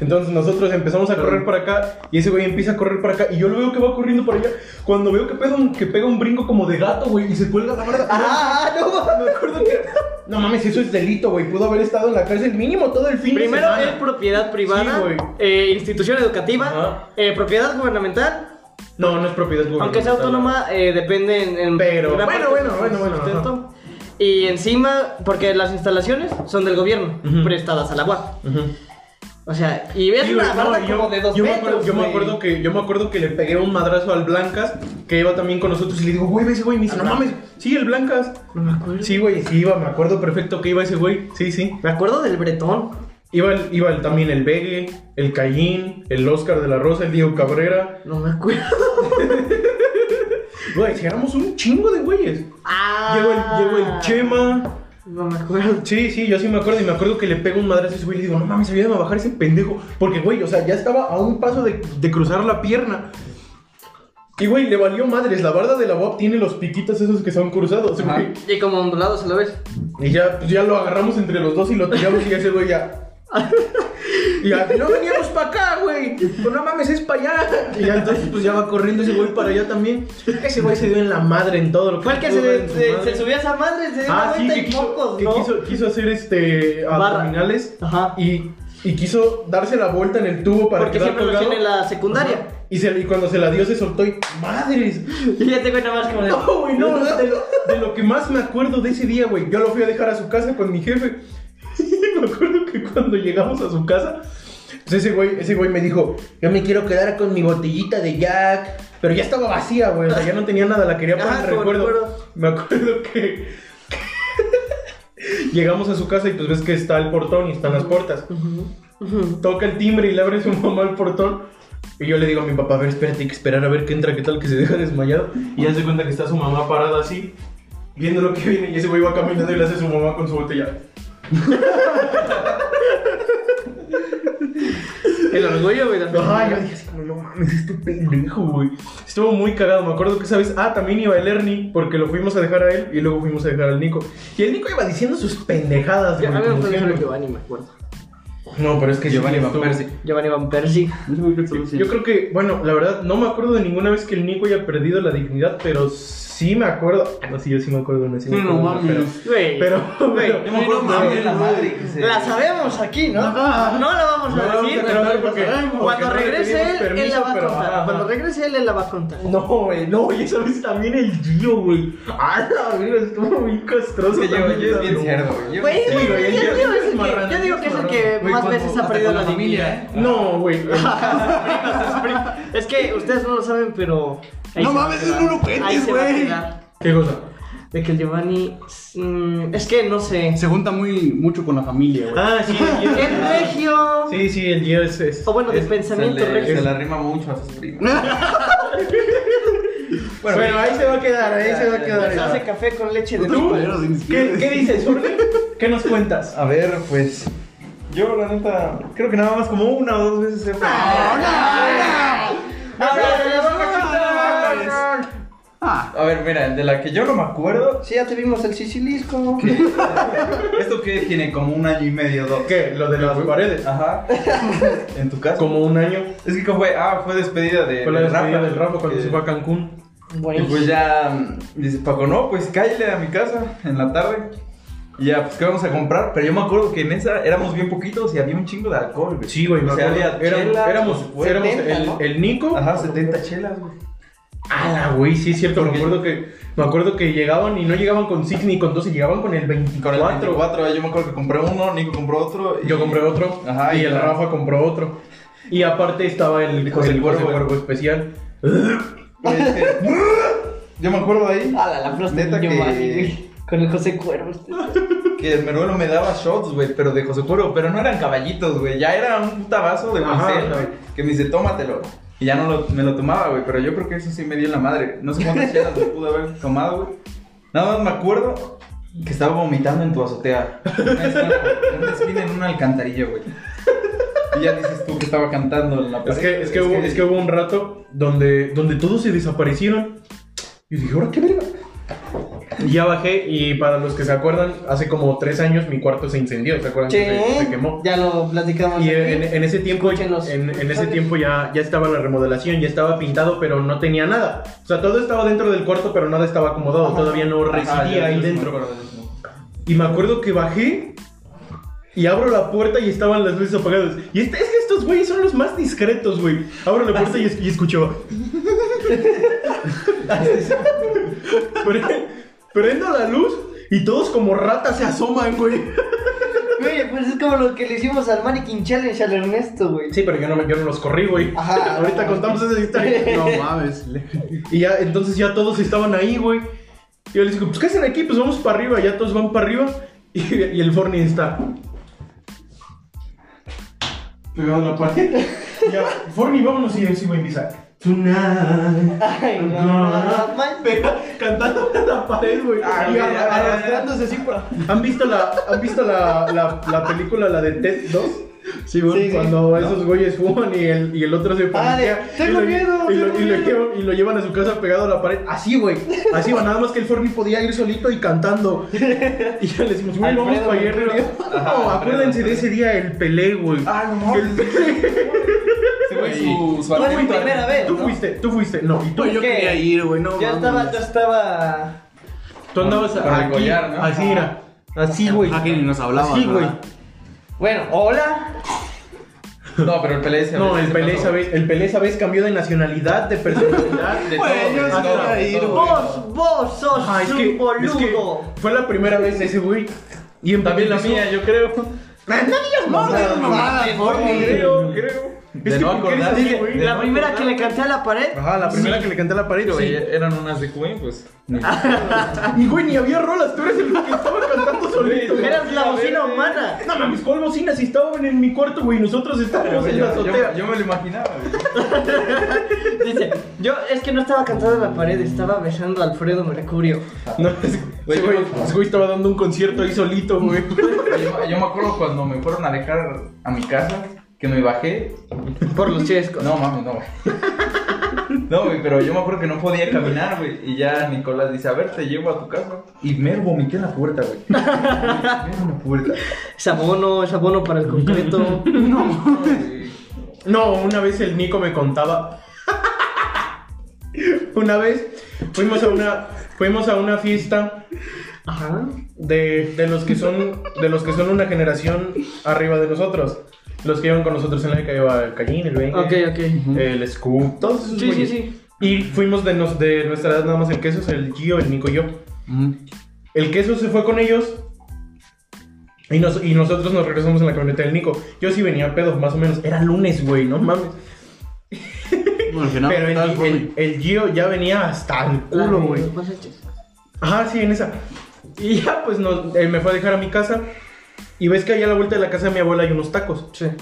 [SPEAKER 2] Entonces nosotros empezamos a correr para acá y ese güey empieza a correr para acá y yo lo veo que va corriendo para allá. Cuando veo que pega un, que pega un brinco como de gato, güey, y se cuelga la barra.
[SPEAKER 1] ¡Ah, no!
[SPEAKER 2] Me acuerdo que. No mames, eso es delito, güey. Pudo haber estado en la cárcel mínimo todo el fin de
[SPEAKER 1] Primero
[SPEAKER 2] semana.
[SPEAKER 1] es propiedad
[SPEAKER 2] Sí,
[SPEAKER 1] privada,
[SPEAKER 2] güey.
[SPEAKER 1] eh, institución educativa,
[SPEAKER 2] Ajá.
[SPEAKER 1] eh, propiedad gubernamental,
[SPEAKER 2] No, no es propiedad gubernamental.
[SPEAKER 1] aunque sea autónoma, eh, depende en, en
[SPEAKER 2] Pero,
[SPEAKER 1] gran parte
[SPEAKER 2] bueno,
[SPEAKER 1] de
[SPEAKER 2] bueno,
[SPEAKER 1] su
[SPEAKER 2] bueno, bueno,
[SPEAKER 1] sustento. Y encima, porque las instalaciones son del gobierno,
[SPEAKER 2] Ujú.
[SPEAKER 1] prestadas a la UAP.
[SPEAKER 2] Ujú.
[SPEAKER 1] O sea, y ves
[SPEAKER 2] Sí, güey,
[SPEAKER 1] una barda
[SPEAKER 2] no,
[SPEAKER 1] como
[SPEAKER 2] yo-
[SPEAKER 1] de dos
[SPEAKER 2] yo me
[SPEAKER 1] metros.
[SPEAKER 2] acuerdo- yo me
[SPEAKER 1] güey.
[SPEAKER 2] acuerdo que yo me acuerdo que le pegué un madrazo al Blancas que iba también con nosotros y le digo, güey, ve ese güey, Y me
[SPEAKER 1] Ah,
[SPEAKER 2] dice, no mames, sí, el Blancas.
[SPEAKER 1] No me acuerdo.
[SPEAKER 2] Sí, güey, sí iba, me acuerdo perfecto que iba ese güey. Sí, sí.
[SPEAKER 1] Me acuerdo del bretón.
[SPEAKER 2] Iba, el- iba el- también el Begue, el Cayín, el Oscar de la Rosa, el Diego Cabrera.
[SPEAKER 1] No me <laughs> acuerdo.
[SPEAKER 2] Güey, si éramos un chingo de güeyes.
[SPEAKER 1] Ah.
[SPEAKER 2] Llegó el, llegó el Chema.
[SPEAKER 1] No me acuerdo.
[SPEAKER 2] Sí, sí, yo sí me acuerdo y me acuerdo que le pego un madrazo a ese güey y le digo, no mames, ayúdame a bajar ese pendejo. Porque, güey, o sea, ya estaba a un paso de, de cruzar la pierna. Y, güey, le valió madres. La barda de la Bob tiene los piquitos esos que son cruzados,
[SPEAKER 7] Ajá.
[SPEAKER 2] güey.
[SPEAKER 1] Y como ondulado se lo ves.
[SPEAKER 2] Y ya, pues ya lo agarramos entre los dos y lo tiramos y ese güey ya. Y ya, no veníamos para acá, güey. Pues no mames, es para allá. Y ya entonces, pues ya va corriendo ese güey para allá también. Ese güey se dio en la madre en todo lo que.
[SPEAKER 1] Fue el que
[SPEAKER 2] pudo dar
[SPEAKER 1] se,
[SPEAKER 2] en su
[SPEAKER 1] se,
[SPEAKER 2] madre.
[SPEAKER 1] se subía a esa madre, se dio
[SPEAKER 2] Ah, sí,
[SPEAKER 1] vuelta
[SPEAKER 2] que
[SPEAKER 1] y
[SPEAKER 2] quiso,
[SPEAKER 1] mocos,
[SPEAKER 2] que
[SPEAKER 1] ¿no?
[SPEAKER 2] quiso, quiso hacer este
[SPEAKER 1] Barra.
[SPEAKER 2] abdominales
[SPEAKER 1] Ajá.
[SPEAKER 2] y, y quiso darse la vuelta en el tubo para
[SPEAKER 1] Porque
[SPEAKER 2] quedar
[SPEAKER 1] siempre lo
[SPEAKER 2] colgado.
[SPEAKER 1] tiene en la secundaria.
[SPEAKER 2] Y, se- y cuando se la dio se soltó y madres.
[SPEAKER 1] <laughs> Y ya tengo nada más <laughs> como de.
[SPEAKER 2] No, güey, no, de lo, de lo que más me acuerdo de ese día, güey. Yo lo fui a dejar a su casa con mi jefe. <laughs> Y me acuerdo que cuando llegamos a su casa, pues ese güey, ese güey me dijo, yo me quiero quedar con mi botellita de Jack. Pero ya estaba vacía, güey. O sea, ya no tenía nada, la quería para
[SPEAKER 1] Ajá,
[SPEAKER 2] el
[SPEAKER 1] como
[SPEAKER 2] recuerdo.
[SPEAKER 1] recuerdo.
[SPEAKER 2] Me acuerdo que <laughs> Llegamos a su casa y pues ves que está el portón y están las puertas. Toca el timbre y le abre su mamá el portón. Y yo le digo a mi papá, a ver, espérate, hay que esperar a ver qué entra, qué tal, que se deja desmayado. Y ya se cuenta que está su mamá parada así, viendo lo que viene. Y ese güey va caminando y le hace su mamá con su botella.
[SPEAKER 1] El orgullo, güey. la
[SPEAKER 2] Ajá, ah, yo
[SPEAKER 1] felicidad.
[SPEAKER 2] dije así como, no mames, este pendejo, güey. Estuvo muy cagado, me acuerdo que, ¿sabes? Ah, también iba el Ernie, porque lo fuimos a dejar a él y luego fuimos a dejar al Nico. Y el Nico iba diciendo sus pendejadas,
[SPEAKER 1] Yo-
[SPEAKER 2] güey.
[SPEAKER 1] A mí me
[SPEAKER 2] como
[SPEAKER 1] fue mejor
[SPEAKER 2] siempre.
[SPEAKER 1] Giovanni, me acuerdo.
[SPEAKER 2] No, pero es que
[SPEAKER 7] Giovanni
[SPEAKER 2] sí,
[SPEAKER 7] Van
[SPEAKER 2] estuvo-
[SPEAKER 7] Persie.
[SPEAKER 1] Giovanni Van Persie.
[SPEAKER 2] Yo creo que, bueno, la verdad, no me acuerdo de ninguna vez que el Nico haya perdido la dignidad, pero sí me acuerdo. Ah, No, sí, yo sí me acuerdo de una. Sí me
[SPEAKER 3] No
[SPEAKER 2] acuerdo de una,
[SPEAKER 3] mames.
[SPEAKER 1] Güey.
[SPEAKER 2] Pero, pero,
[SPEAKER 1] güey,
[SPEAKER 2] pero-
[SPEAKER 7] Yo me acuerdo
[SPEAKER 1] no
[SPEAKER 7] que me
[SPEAKER 1] mames,
[SPEAKER 7] abrió la
[SPEAKER 1] güey.
[SPEAKER 7] madre que se-
[SPEAKER 1] La sabemos aquí, ¿no? No la vamos
[SPEAKER 2] No
[SPEAKER 1] a
[SPEAKER 2] la vamos a
[SPEAKER 1] decir.
[SPEAKER 2] contar
[SPEAKER 1] pero
[SPEAKER 2] porque- porque
[SPEAKER 1] Cuando
[SPEAKER 2] no le
[SPEAKER 1] regrese
[SPEAKER 2] pedimos
[SPEAKER 1] él, él la
[SPEAKER 2] permiso,
[SPEAKER 1] va a
[SPEAKER 2] pero-
[SPEAKER 1] contar.
[SPEAKER 2] ajá.
[SPEAKER 1] Cuando regrese él, él la va a contar.
[SPEAKER 2] No, güey, no, güey, esa vez también el Gio, güey. Ah, la verga, estuvo bien castroso.
[SPEAKER 7] Es que yo-
[SPEAKER 2] también
[SPEAKER 7] yo es
[SPEAKER 2] esa
[SPEAKER 7] bien
[SPEAKER 2] vez.
[SPEAKER 7] cerdo, güey. Yo-
[SPEAKER 1] Güey,
[SPEAKER 7] Sí,
[SPEAKER 1] güey,
[SPEAKER 7] güey,
[SPEAKER 1] el
[SPEAKER 7] yo-
[SPEAKER 1] Gio es el
[SPEAKER 2] es marrano,
[SPEAKER 1] que- yo digo
[SPEAKER 2] es
[SPEAKER 1] que es el
[SPEAKER 2] marrano.
[SPEAKER 1] que
[SPEAKER 7] Güey,
[SPEAKER 1] más
[SPEAKER 7] cuando-
[SPEAKER 1] veces ha
[SPEAKER 7] hasta
[SPEAKER 1] perdido
[SPEAKER 7] con
[SPEAKER 1] la
[SPEAKER 7] la familia,
[SPEAKER 1] dignidad.
[SPEAKER 7] ¿eh?
[SPEAKER 2] No, güey. el- ¿eh?
[SPEAKER 1] Es que ustedes no lo saben, pero. ahí
[SPEAKER 3] No
[SPEAKER 1] se va
[SPEAKER 3] mames,
[SPEAKER 1] a quedar.
[SPEAKER 3] no lo cuentes,
[SPEAKER 1] Ahí se va a
[SPEAKER 3] güey.
[SPEAKER 1] quedar.
[SPEAKER 2] ¿Qué cosa?
[SPEAKER 1] De que el Giovanni. mm, es que no sé.
[SPEAKER 3] Se junta muy mucho con la familia, güey.
[SPEAKER 2] Ah, sí, el Gio.
[SPEAKER 1] El regio.
[SPEAKER 2] Sí, sí, el Gio es. es-
[SPEAKER 1] O bueno, de
[SPEAKER 7] es-
[SPEAKER 1] pensamiento
[SPEAKER 7] se le,
[SPEAKER 1] regio.
[SPEAKER 7] se le arrima mucho a sus primos.
[SPEAKER 2] Bueno, ahí se va a quedar, ahí se va a
[SPEAKER 1] Les
[SPEAKER 2] quedar.
[SPEAKER 1] hace café con leche de
[SPEAKER 3] ¿Tú?
[SPEAKER 1] coco.
[SPEAKER 2] ¿Qué, qué dices, Urne? ¿Qué nos cuentas?
[SPEAKER 6] A ver, pues. Yo, la neta, creo que nada más como una o dos veces he
[SPEAKER 3] Ah,
[SPEAKER 7] A ver, mira, de la que yo no me acuerdo,
[SPEAKER 6] Sí, ya te vimos el sicilisco.
[SPEAKER 7] esto que tiene como un año y medio, dos.
[SPEAKER 2] ¿Qué? Lo de las paredes.
[SPEAKER 7] <laughs> Ajá. en tu casa.
[SPEAKER 2] Como un año.
[SPEAKER 7] Es que como fue, ah, fue despedida de,
[SPEAKER 2] Fue la
[SPEAKER 7] del
[SPEAKER 2] despedida
[SPEAKER 7] Rafa, Eh,
[SPEAKER 2] del Rafa cuando
[SPEAKER 7] que-
[SPEAKER 2] se fue a Cancún.
[SPEAKER 7] Y
[SPEAKER 1] Buenísimo.
[SPEAKER 7] pues ya mm, dice Paco, no, pues cállale a mi casa en la tarde. Y ya, pues, ¿qué vamos a comprar? Pero yo me acuerdo que en esa éramos bien poquitos y había un chingo de alcohol, güey.
[SPEAKER 2] Sí, güey, me
[SPEAKER 7] O sea,
[SPEAKER 2] acuerdo.
[SPEAKER 7] había
[SPEAKER 2] Éramos-
[SPEAKER 7] chelas,
[SPEAKER 2] éramos,
[SPEAKER 7] pues, fue-
[SPEAKER 2] éramos
[SPEAKER 5] 70,
[SPEAKER 2] el,
[SPEAKER 5] ¿no?
[SPEAKER 2] el Nico.
[SPEAKER 7] Ajá, 70 chelas, güey.
[SPEAKER 2] Ala, güey, sí es cierto. Me
[SPEAKER 7] Porque-
[SPEAKER 2] acuerdo, que, me acuerdo que llegaban y no llegaban con 6 ni con 12, llegaban con el 24.
[SPEAKER 7] Con el 24, yo me acuerdo que compré uno, Nico compró otro. y-
[SPEAKER 2] Yo compré otro.
[SPEAKER 7] Ajá,
[SPEAKER 2] y
[SPEAKER 7] y
[SPEAKER 2] el
[SPEAKER 7] ya.
[SPEAKER 2] Rafa compró otro. Y aparte estaba el
[SPEAKER 7] José
[SPEAKER 2] el
[SPEAKER 7] Cuervo.
[SPEAKER 2] Cuervo especial.
[SPEAKER 7] Güey, es que- "Mmm". yo me acuerdo de ahí
[SPEAKER 1] Ah, la la frase
[SPEAKER 7] Neta
[SPEAKER 1] de Giovanni,
[SPEAKER 7] que-
[SPEAKER 1] güey. Con el José Cuervo.
[SPEAKER 2] Ah,
[SPEAKER 7] que el meruelo me daba shots, güey, pero de José Cuero, pero no eran caballitos, güey. Ya era un puta vaso de
[SPEAKER 2] Ajá,
[SPEAKER 7] Marcel,
[SPEAKER 2] ajá.
[SPEAKER 7] güey, que me dice, tómatelo. Y ya no lo- me lo tomaba, güey, pero yo creo que eso sí me dio en la madre. No sé cuántas chelas me pude haber tomado, güey. Nada más me acuerdo que estaba vomitando en tu azotea. En una esquina, güey, en una esquina, en una alcantarilla, güey. Y ya dices tú que estaba cantando en la
[SPEAKER 2] Es
[SPEAKER 7] pared,
[SPEAKER 2] que,
[SPEAKER 7] güey,
[SPEAKER 2] es, que hubo, es que hubo un rato donde, donde todos se desaparecieron. Y dije, ¿ahora qué verga? Y ya bajé y para los que se acuerdan, hace como tres años mi cuarto se incendió, ¿se acuerdan? que se- se quemó.
[SPEAKER 1] ¿eh? Ya lo platicamos.
[SPEAKER 2] Y eh,
[SPEAKER 1] aquí.
[SPEAKER 2] en, en ese tiempo,
[SPEAKER 1] Escúchenos.
[SPEAKER 2] en, en ese tiempo ya, ya estaba la remodelación, ya estaba pintado, pero no tenía nada. O sea, todo estaba dentro del cuarto, pero nada estaba acomodado, todavía no
[SPEAKER 7] Ajá,
[SPEAKER 2] residía
[SPEAKER 7] ya,
[SPEAKER 2] ahí
[SPEAKER 7] yo sí me
[SPEAKER 2] dentro.
[SPEAKER 7] acuerdo de eso.
[SPEAKER 2] Y me acuerdo que bajé y abro la puerta y estaban las luces apagadas. Y este- es que estos güeyes son los más discretos, güey. Abro la puerta y, es- y escucho. <laughs> Pre- Prendo la luz y todos como ratas se asoman, güey.
[SPEAKER 1] Güey, pues es como lo que le hicimos al Mannequin Challenge al Ernesto, güey.
[SPEAKER 2] Sí, pero yo no, me- yo no los corrí, güey.
[SPEAKER 1] Ajá.
[SPEAKER 2] Ahorita contamos esa historia.
[SPEAKER 3] no mames.
[SPEAKER 2] Y ya, entonces ya todos estaban ahí, güey. Y yo les digo, pues ¿qué hacen aquí? Pues vamos para arriba, ya todos van para arriba. Y, y el Forni está. Pegado a la pared. Ya, Forni, vámonos y yo sí, güey, empieza. Tonight.
[SPEAKER 1] Ay, no, man.
[SPEAKER 2] <laughs> Pega- cantando a la pared, güey.
[SPEAKER 7] Ah,
[SPEAKER 2] Y
[SPEAKER 7] güey,
[SPEAKER 2] arra-
[SPEAKER 7] ah,
[SPEAKER 2] arrastrándose así por- ¿Han visto la, han visto la, la, la película, la de Ted 2? Sí, bueno, cuando esos güeyes fuman y el, y el otro se paniquea.
[SPEAKER 1] de, "Tengo
[SPEAKER 2] y lo-
[SPEAKER 1] miedo,
[SPEAKER 2] y lo-
[SPEAKER 1] tengo
[SPEAKER 2] y lo
[SPEAKER 1] miedo".
[SPEAKER 2] llevan- y lo llevan a su casa pegado a la pared. Así, güey. Así va, nada más que el Forni podía ir solito y cantando. Y ya le decimos, güey, vamos
[SPEAKER 1] Alfredo
[SPEAKER 2] para allá arriba. <laughs>
[SPEAKER 7] Ajá,
[SPEAKER 2] No, acuérdense
[SPEAKER 7] Alfredo,
[SPEAKER 2] de ese día el Pelé, güey.
[SPEAKER 7] Ah, no mames.
[SPEAKER 2] El Pelé.
[SPEAKER 7] Sí, güey, su, su
[SPEAKER 1] Fue mi
[SPEAKER 7] aliento-
[SPEAKER 1] primera vez.
[SPEAKER 2] Tú
[SPEAKER 1] ¿no?
[SPEAKER 2] fuiste, tú fuiste. No, y tú.
[SPEAKER 3] Yo
[SPEAKER 1] ¿Qué?
[SPEAKER 3] quería ir, güey, no
[SPEAKER 1] Yo estaba,
[SPEAKER 3] mames.
[SPEAKER 1] yo estaba.
[SPEAKER 2] Tú andabas
[SPEAKER 7] Con el
[SPEAKER 2] aquí,
[SPEAKER 7] collar, ¿no?
[SPEAKER 2] Así era. Así, güey.
[SPEAKER 3] Ah, que ni nos hablabas,
[SPEAKER 2] Así, güey.
[SPEAKER 3] ¿verdad?
[SPEAKER 1] Bueno, hola.
[SPEAKER 7] No, pero el Pelé esa
[SPEAKER 2] No,
[SPEAKER 7] vez
[SPEAKER 2] el
[SPEAKER 7] se
[SPEAKER 2] Pelé,
[SPEAKER 7] pasó.
[SPEAKER 2] esa vez, el Pelé esa vez cambió de nacionalidad, de personalidad, de
[SPEAKER 3] Güey,
[SPEAKER 2] todo,
[SPEAKER 3] yo
[SPEAKER 2] de
[SPEAKER 3] sí
[SPEAKER 2] todo.
[SPEAKER 3] quería ir, güey.
[SPEAKER 1] Vos, vos sos
[SPEAKER 2] Ajá, es
[SPEAKER 1] un
[SPEAKER 2] que, es
[SPEAKER 1] boludo.
[SPEAKER 2] que fue la primera vez ese güey. Y en
[SPEAKER 7] También la mía, yo creo.
[SPEAKER 3] No, no, no,
[SPEAKER 1] mames, Forni.
[SPEAKER 2] Creo, creo.
[SPEAKER 7] De no
[SPEAKER 2] ¿por qué eres
[SPEAKER 7] acordarse,
[SPEAKER 2] así,
[SPEAKER 7] de-
[SPEAKER 2] güey?
[SPEAKER 7] de
[SPEAKER 1] La
[SPEAKER 7] no
[SPEAKER 1] primera que le canté a la pared.
[SPEAKER 2] Ajá, la primera que le canté a la pared,
[SPEAKER 7] Güey,
[SPEAKER 2] güey.
[SPEAKER 7] eran unas de Queen, pues.
[SPEAKER 2] Ah, Y güey, ni había rolas, tú eres el que estaba cantando solito. güey.
[SPEAKER 1] Eras la bocina humana.
[SPEAKER 2] No mames, ¿cuál bocina? Si estaban en mi cuarto, güey, nosotros estábamos
[SPEAKER 7] Yo,
[SPEAKER 2] en la azotea.
[SPEAKER 7] yo- yo me lo imaginaba, güey.
[SPEAKER 2] Ah.
[SPEAKER 1] Dice, yo es que no estaba cantando en la pared, estaba besando a Alfredo Mercurio.
[SPEAKER 2] No, ese
[SPEAKER 7] Güey,
[SPEAKER 2] ese güey,
[SPEAKER 7] yo-
[SPEAKER 2] ese güey estaba dando un concierto ahí solito, güey.
[SPEAKER 7] Yo, yo me acuerdo cuando me fueron a dejar a mi casa que me bajé.
[SPEAKER 1] Por los chescos.
[SPEAKER 7] No, mami, no, güey. <laughs> No, güey, pero yo me acuerdo que no podía caminar, güey. Y ya Nicolás dice, a ver, te llevo a tu casa. Y me vomité en la
[SPEAKER 2] <laughs>
[SPEAKER 7] puerta, güey. Me vomité en la puerta.
[SPEAKER 1] Es abono, es abono para el <laughs> concreto.
[SPEAKER 7] No, güey.
[SPEAKER 2] No, una vez el Nico me contaba. una vez fuimos a una, fuimos a una fiesta
[SPEAKER 1] Ajá.
[SPEAKER 2] de, de los que son de los que son una generación arriba de nosotros. Los que iban con nosotros en la que iba el Callín, el Bengue,
[SPEAKER 1] Ok, ok.
[SPEAKER 2] el Scoop, todos esos
[SPEAKER 1] Sí, sí,
[SPEAKER 2] güeyes.
[SPEAKER 1] sí.
[SPEAKER 2] Y fuimos de, nos- de nuestra edad nada más el queso, el Gio, el Nico y yo. El queso se fue con ellos. Y, nos- y nosotros nos regresamos en la camioneta del Nico. Yo sí venía pedo, más o menos. Era lunes, güey, no mames.
[SPEAKER 3] Bueno, que no, pues,
[SPEAKER 2] Pero
[SPEAKER 3] estabas
[SPEAKER 2] el,
[SPEAKER 3] por
[SPEAKER 2] el-
[SPEAKER 3] mí.
[SPEAKER 2] el Gio ya venía hasta el culo, güey. Ajá, sí, en esa. Y ya, pues nos- eh, me fue a dejar a mi casa. Y ves que allá a la vuelta de la casa de mi abuela hay unos tacos.
[SPEAKER 1] Sí.
[SPEAKER 7] De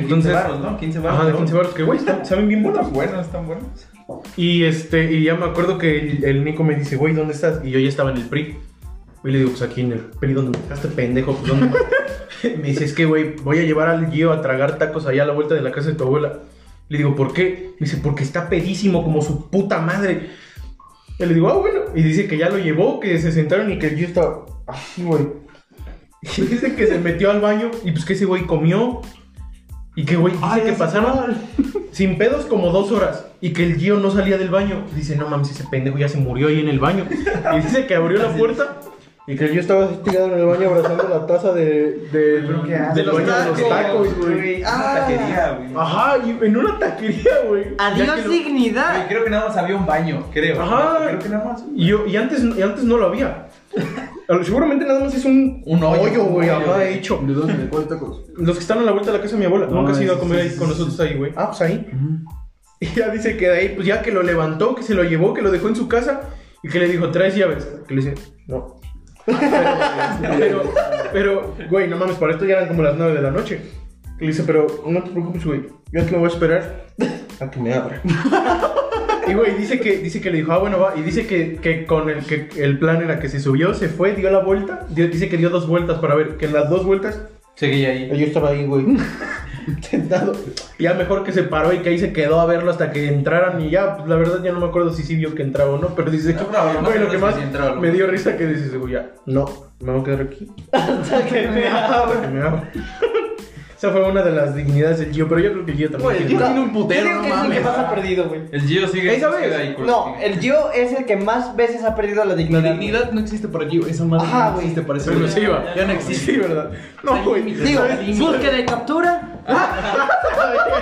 [SPEAKER 7] 15
[SPEAKER 2] Entonces-
[SPEAKER 7] baros, ¿no? 15 baros.
[SPEAKER 2] Ajá, de 15 baros, que güey, están- saben bien buenos.
[SPEAKER 7] Buenos, buenos, están buenos.
[SPEAKER 2] Y este, y ya me acuerdo que el, el Nico me dice, güey, ¿dónde estás? Y yo ya estaba en el PRI. Y le digo, pues aquí en el PRI, ¿dónde me dejaste, pendejo? Pues, ¿dónde me-?" <laughs> Me dice, es que, güey, voy a llevar al Gio a tragar tacos allá a la vuelta de la casa de tu abuela. Le digo, ¿por qué? Me dice, porque está pedísimo como su puta madre. Y le digo, ah, bueno. Y dice que ya lo llevó, que se sentaron y que el Gio estaba así, güey. <laughs> Y dice que se metió al baño y pues que ese güey comió. Y que, güey, dice que pasaron <laughs> sin pedos como dos horas y que el Gio no salía del baño. Dice, no mames, ese pendejo ya se murió ahí en el baño. Y dice que abrió la puerta y que el Gio estaba así tirado en el baño abrazando la taza de, de, de los,
[SPEAKER 1] Los
[SPEAKER 2] tacos,
[SPEAKER 1] tacos,
[SPEAKER 2] güey. Ah.
[SPEAKER 7] Es una taquería, güey.
[SPEAKER 2] Ajá, y en una taquería, güey. Ya que
[SPEAKER 1] Adiós,
[SPEAKER 2] lo-
[SPEAKER 7] Güey,
[SPEAKER 1] dignidad.
[SPEAKER 7] Creo que nada más había un baño, creo.
[SPEAKER 2] Ajá.
[SPEAKER 7] Creo que nada más.
[SPEAKER 2] Y, yo- y antes, y antes no lo había. <laughs> A lo- Seguramente nada más es un,
[SPEAKER 7] Un hoyo,
[SPEAKER 2] güey,
[SPEAKER 7] un hoyo,
[SPEAKER 2] ajá,
[SPEAKER 7] güey.
[SPEAKER 2] hecho.
[SPEAKER 3] ¿De dónde? ¿De cuál tacos?
[SPEAKER 2] Los que están a la vuelta de la casa de mi abuela.
[SPEAKER 3] No,
[SPEAKER 2] Nunca se iba a
[SPEAKER 3] sí,
[SPEAKER 2] comer
[SPEAKER 3] sí,
[SPEAKER 2] ahí
[SPEAKER 3] sí,
[SPEAKER 2] con
[SPEAKER 3] sí,
[SPEAKER 2] nosotros ahí, güey. Ah, pues ahí. <laughs> Y ya dice que de ahí, pues ya que lo levantó, que se lo llevó, que lo dejó en su casa y que le dijo, traes llaves. Que le dice, no. <laughs> Pero, pero, güey, no mames, para esto ya eran como las 9 de la noche. Que le dice, pero no te preocupes, güey, yo te lo voy a esperar a que me abra. <laughs> Y güey, dice que, dice que le dijo, ah, bueno, va. Y dice que, que con el que el plan era que se subió, se fue, dio la vuelta. dio- dice que dio dos vueltas para ver, que en las dos vueltas
[SPEAKER 7] Seguí ahí.
[SPEAKER 2] yo estaba ahí, <laughs> güey. Sentado. Ya mejor que se paró y que ahí se quedó a verlo hasta que entraran y ya, pues la verdad ya no me acuerdo si sí vio que entraba o no, pero dice que,
[SPEAKER 7] No, pero lo más
[SPEAKER 2] güey, lo
[SPEAKER 7] seguro
[SPEAKER 2] que
[SPEAKER 7] es que
[SPEAKER 2] más
[SPEAKER 7] sí entraba, ¿no?
[SPEAKER 2] me dio risa que dices, güey, ya, no, me voy a quedar aquí. <laughs> hasta que me abra. me abra. Esa fue una de las dignidades del Gio, pero yo creo que el Gio también.
[SPEAKER 6] Güey, el Gio
[SPEAKER 2] tiene-
[SPEAKER 6] tiene un
[SPEAKER 1] Yo
[SPEAKER 6] putero,
[SPEAKER 1] digo
[SPEAKER 6] no
[SPEAKER 1] que es el que
[SPEAKER 6] mames.
[SPEAKER 1] más ha perdido, güey.
[SPEAKER 7] El Gio sigue.
[SPEAKER 2] Esa
[SPEAKER 7] sigue
[SPEAKER 2] vez.
[SPEAKER 7] ahí, culo.
[SPEAKER 5] No, el Gio es el que más veces ha perdido la
[SPEAKER 6] La
[SPEAKER 5] dignidad.
[SPEAKER 6] dignidad no existe para ti, güey. Esa madre
[SPEAKER 5] Ajá,
[SPEAKER 6] no
[SPEAKER 5] güey.
[SPEAKER 6] existe para ese
[SPEAKER 2] Pero
[SPEAKER 6] güey.
[SPEAKER 2] sí, va.
[SPEAKER 6] Ya no existe.
[SPEAKER 2] Sí, ¿verdad? No, güey.
[SPEAKER 5] Digo,
[SPEAKER 1] Búsqueda y captura.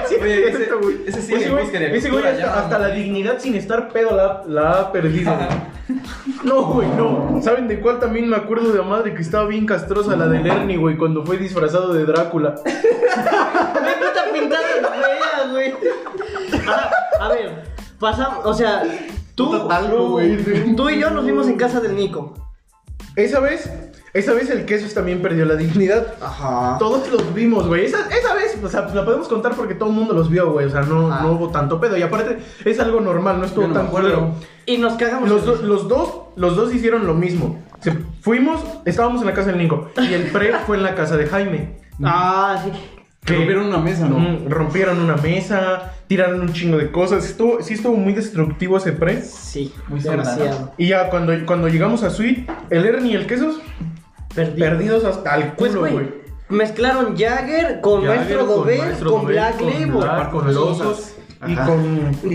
[SPEAKER 2] Sí,
[SPEAKER 7] Oye, ese-
[SPEAKER 2] esto, güey.
[SPEAKER 7] ese sí,
[SPEAKER 2] ese güey,
[SPEAKER 7] busquen el
[SPEAKER 2] ese güey
[SPEAKER 7] Cultura,
[SPEAKER 2] hasta,
[SPEAKER 7] ya,
[SPEAKER 2] hasta la dignidad sin estar pedo la, la ha perdido. güey. No, güey, no. ¿Saben de cuál también me acuerdo de la madre que estaba bien castrosa? La del Ernie, güey, cuando fue disfrazado de Drácula.
[SPEAKER 1] Me puta pintada las veas, güey. Ah, A ver, pasamos, o sea, tú,
[SPEAKER 6] Puta talco, güey.
[SPEAKER 1] tú y yo nos vimos en casa del Nico.
[SPEAKER 2] Esa vez, esa vez el quesos también perdió la dignidad.
[SPEAKER 5] Ajá.
[SPEAKER 2] Todos los vimos, güey. Esa, esa vez, o sea, pues la podemos contar porque todo el mundo los vio, güey. O sea, no,
[SPEAKER 1] Ah.
[SPEAKER 2] no hubo tanto pedo. Y aparte, es algo normal, no estuvo
[SPEAKER 3] Yo no
[SPEAKER 2] tan
[SPEAKER 3] me acuerdo.
[SPEAKER 2] culero.
[SPEAKER 1] Y nos cagamos.
[SPEAKER 2] Los, do-
[SPEAKER 1] en-
[SPEAKER 2] los dos, los dos hicieron lo mismo. Se- fuimos, estábamos en la casa del Nico y el pre fue en la casa de Jaime.
[SPEAKER 1] Ah, sí.
[SPEAKER 3] Que rompieron una mesa, ¿no?
[SPEAKER 2] Mm, rompieron una mesa, tiraron un chingo de cosas. Estuvo, sí estuvo muy destructivo ese pre.
[SPEAKER 1] Sí,
[SPEAKER 7] Muy
[SPEAKER 1] demasiado.
[SPEAKER 2] Y ya cuando, cuando llegamos a Suite, el Ernie y el Quesos,
[SPEAKER 1] Perdido.
[SPEAKER 2] perdidos hasta el
[SPEAKER 1] Pues,
[SPEAKER 2] culo,
[SPEAKER 1] güey,
[SPEAKER 2] güey.
[SPEAKER 1] mezclaron Jagger con
[SPEAKER 2] Jagger
[SPEAKER 1] Maestro
[SPEAKER 2] con
[SPEAKER 1] Dover,
[SPEAKER 2] Maestro
[SPEAKER 1] con
[SPEAKER 2] Dobel,
[SPEAKER 1] Black
[SPEAKER 2] con
[SPEAKER 1] Label,
[SPEAKER 2] Black, con Losas y
[SPEAKER 3] Ajá.
[SPEAKER 2] con, y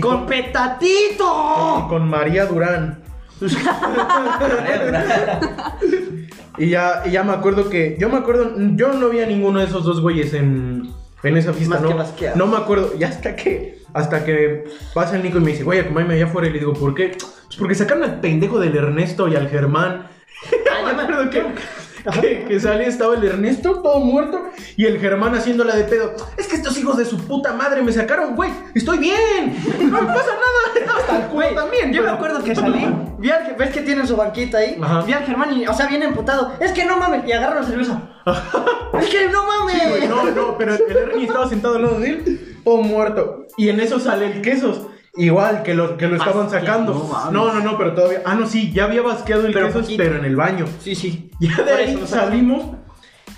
[SPEAKER 1] con
[SPEAKER 2] con, y
[SPEAKER 1] Petatito.
[SPEAKER 2] con María Durán. <laughs> Y ya, y ya me acuerdo que. Yo me acuerdo. Yo no vi a ninguno de esos dos güeyes en, en esa fiesta,
[SPEAKER 1] Más
[SPEAKER 2] ¿no?
[SPEAKER 1] que basqueado.
[SPEAKER 2] no me acuerdo. Y hasta que. Hasta que pasa el Nico y me dice, güey, acompáñame allá afuera. Y le digo, ¿por qué? Pues porque sacaron al pendejo del Ernesto y al Germán. <laughs>
[SPEAKER 1] Ah,
[SPEAKER 2] me
[SPEAKER 1] ya me-
[SPEAKER 2] acuerdo que. Que, que sale, estaba el Ernesto todo muerto y el Germán haciéndola de pedo. Es que estos hijos de su puta madre me sacaron, güey. Estoy bien. No me pasa nada. <laughs> Estaba hasta el culo
[SPEAKER 1] Güey,
[SPEAKER 2] también.
[SPEAKER 1] yo me
[SPEAKER 2] pero-
[SPEAKER 1] acuerdo que salí, vi al, ves que tienen su banquita ahí,
[SPEAKER 2] Ajá.
[SPEAKER 1] vi al Germán y, o sea, viene emputado, es que no mames, y agarra la
[SPEAKER 2] <laughs>
[SPEAKER 1] cerveza. es que no mames.
[SPEAKER 2] Güey, No, no, pero el Ernie estaba sentado al lado de él, todo muerto. Y en eso sale el quesos. Igual que lo, que lo estaban sacando.
[SPEAKER 3] no mames.
[SPEAKER 2] No, no, no, pero todavía. Ah, no, sí, ya había basqueado el
[SPEAKER 1] Pero
[SPEAKER 2] quesos,
[SPEAKER 1] poquito.
[SPEAKER 2] pero en el baño.
[SPEAKER 1] Sí, sí.
[SPEAKER 2] Ya de
[SPEAKER 1] Por
[SPEAKER 2] ahí
[SPEAKER 1] eso no
[SPEAKER 2] salimos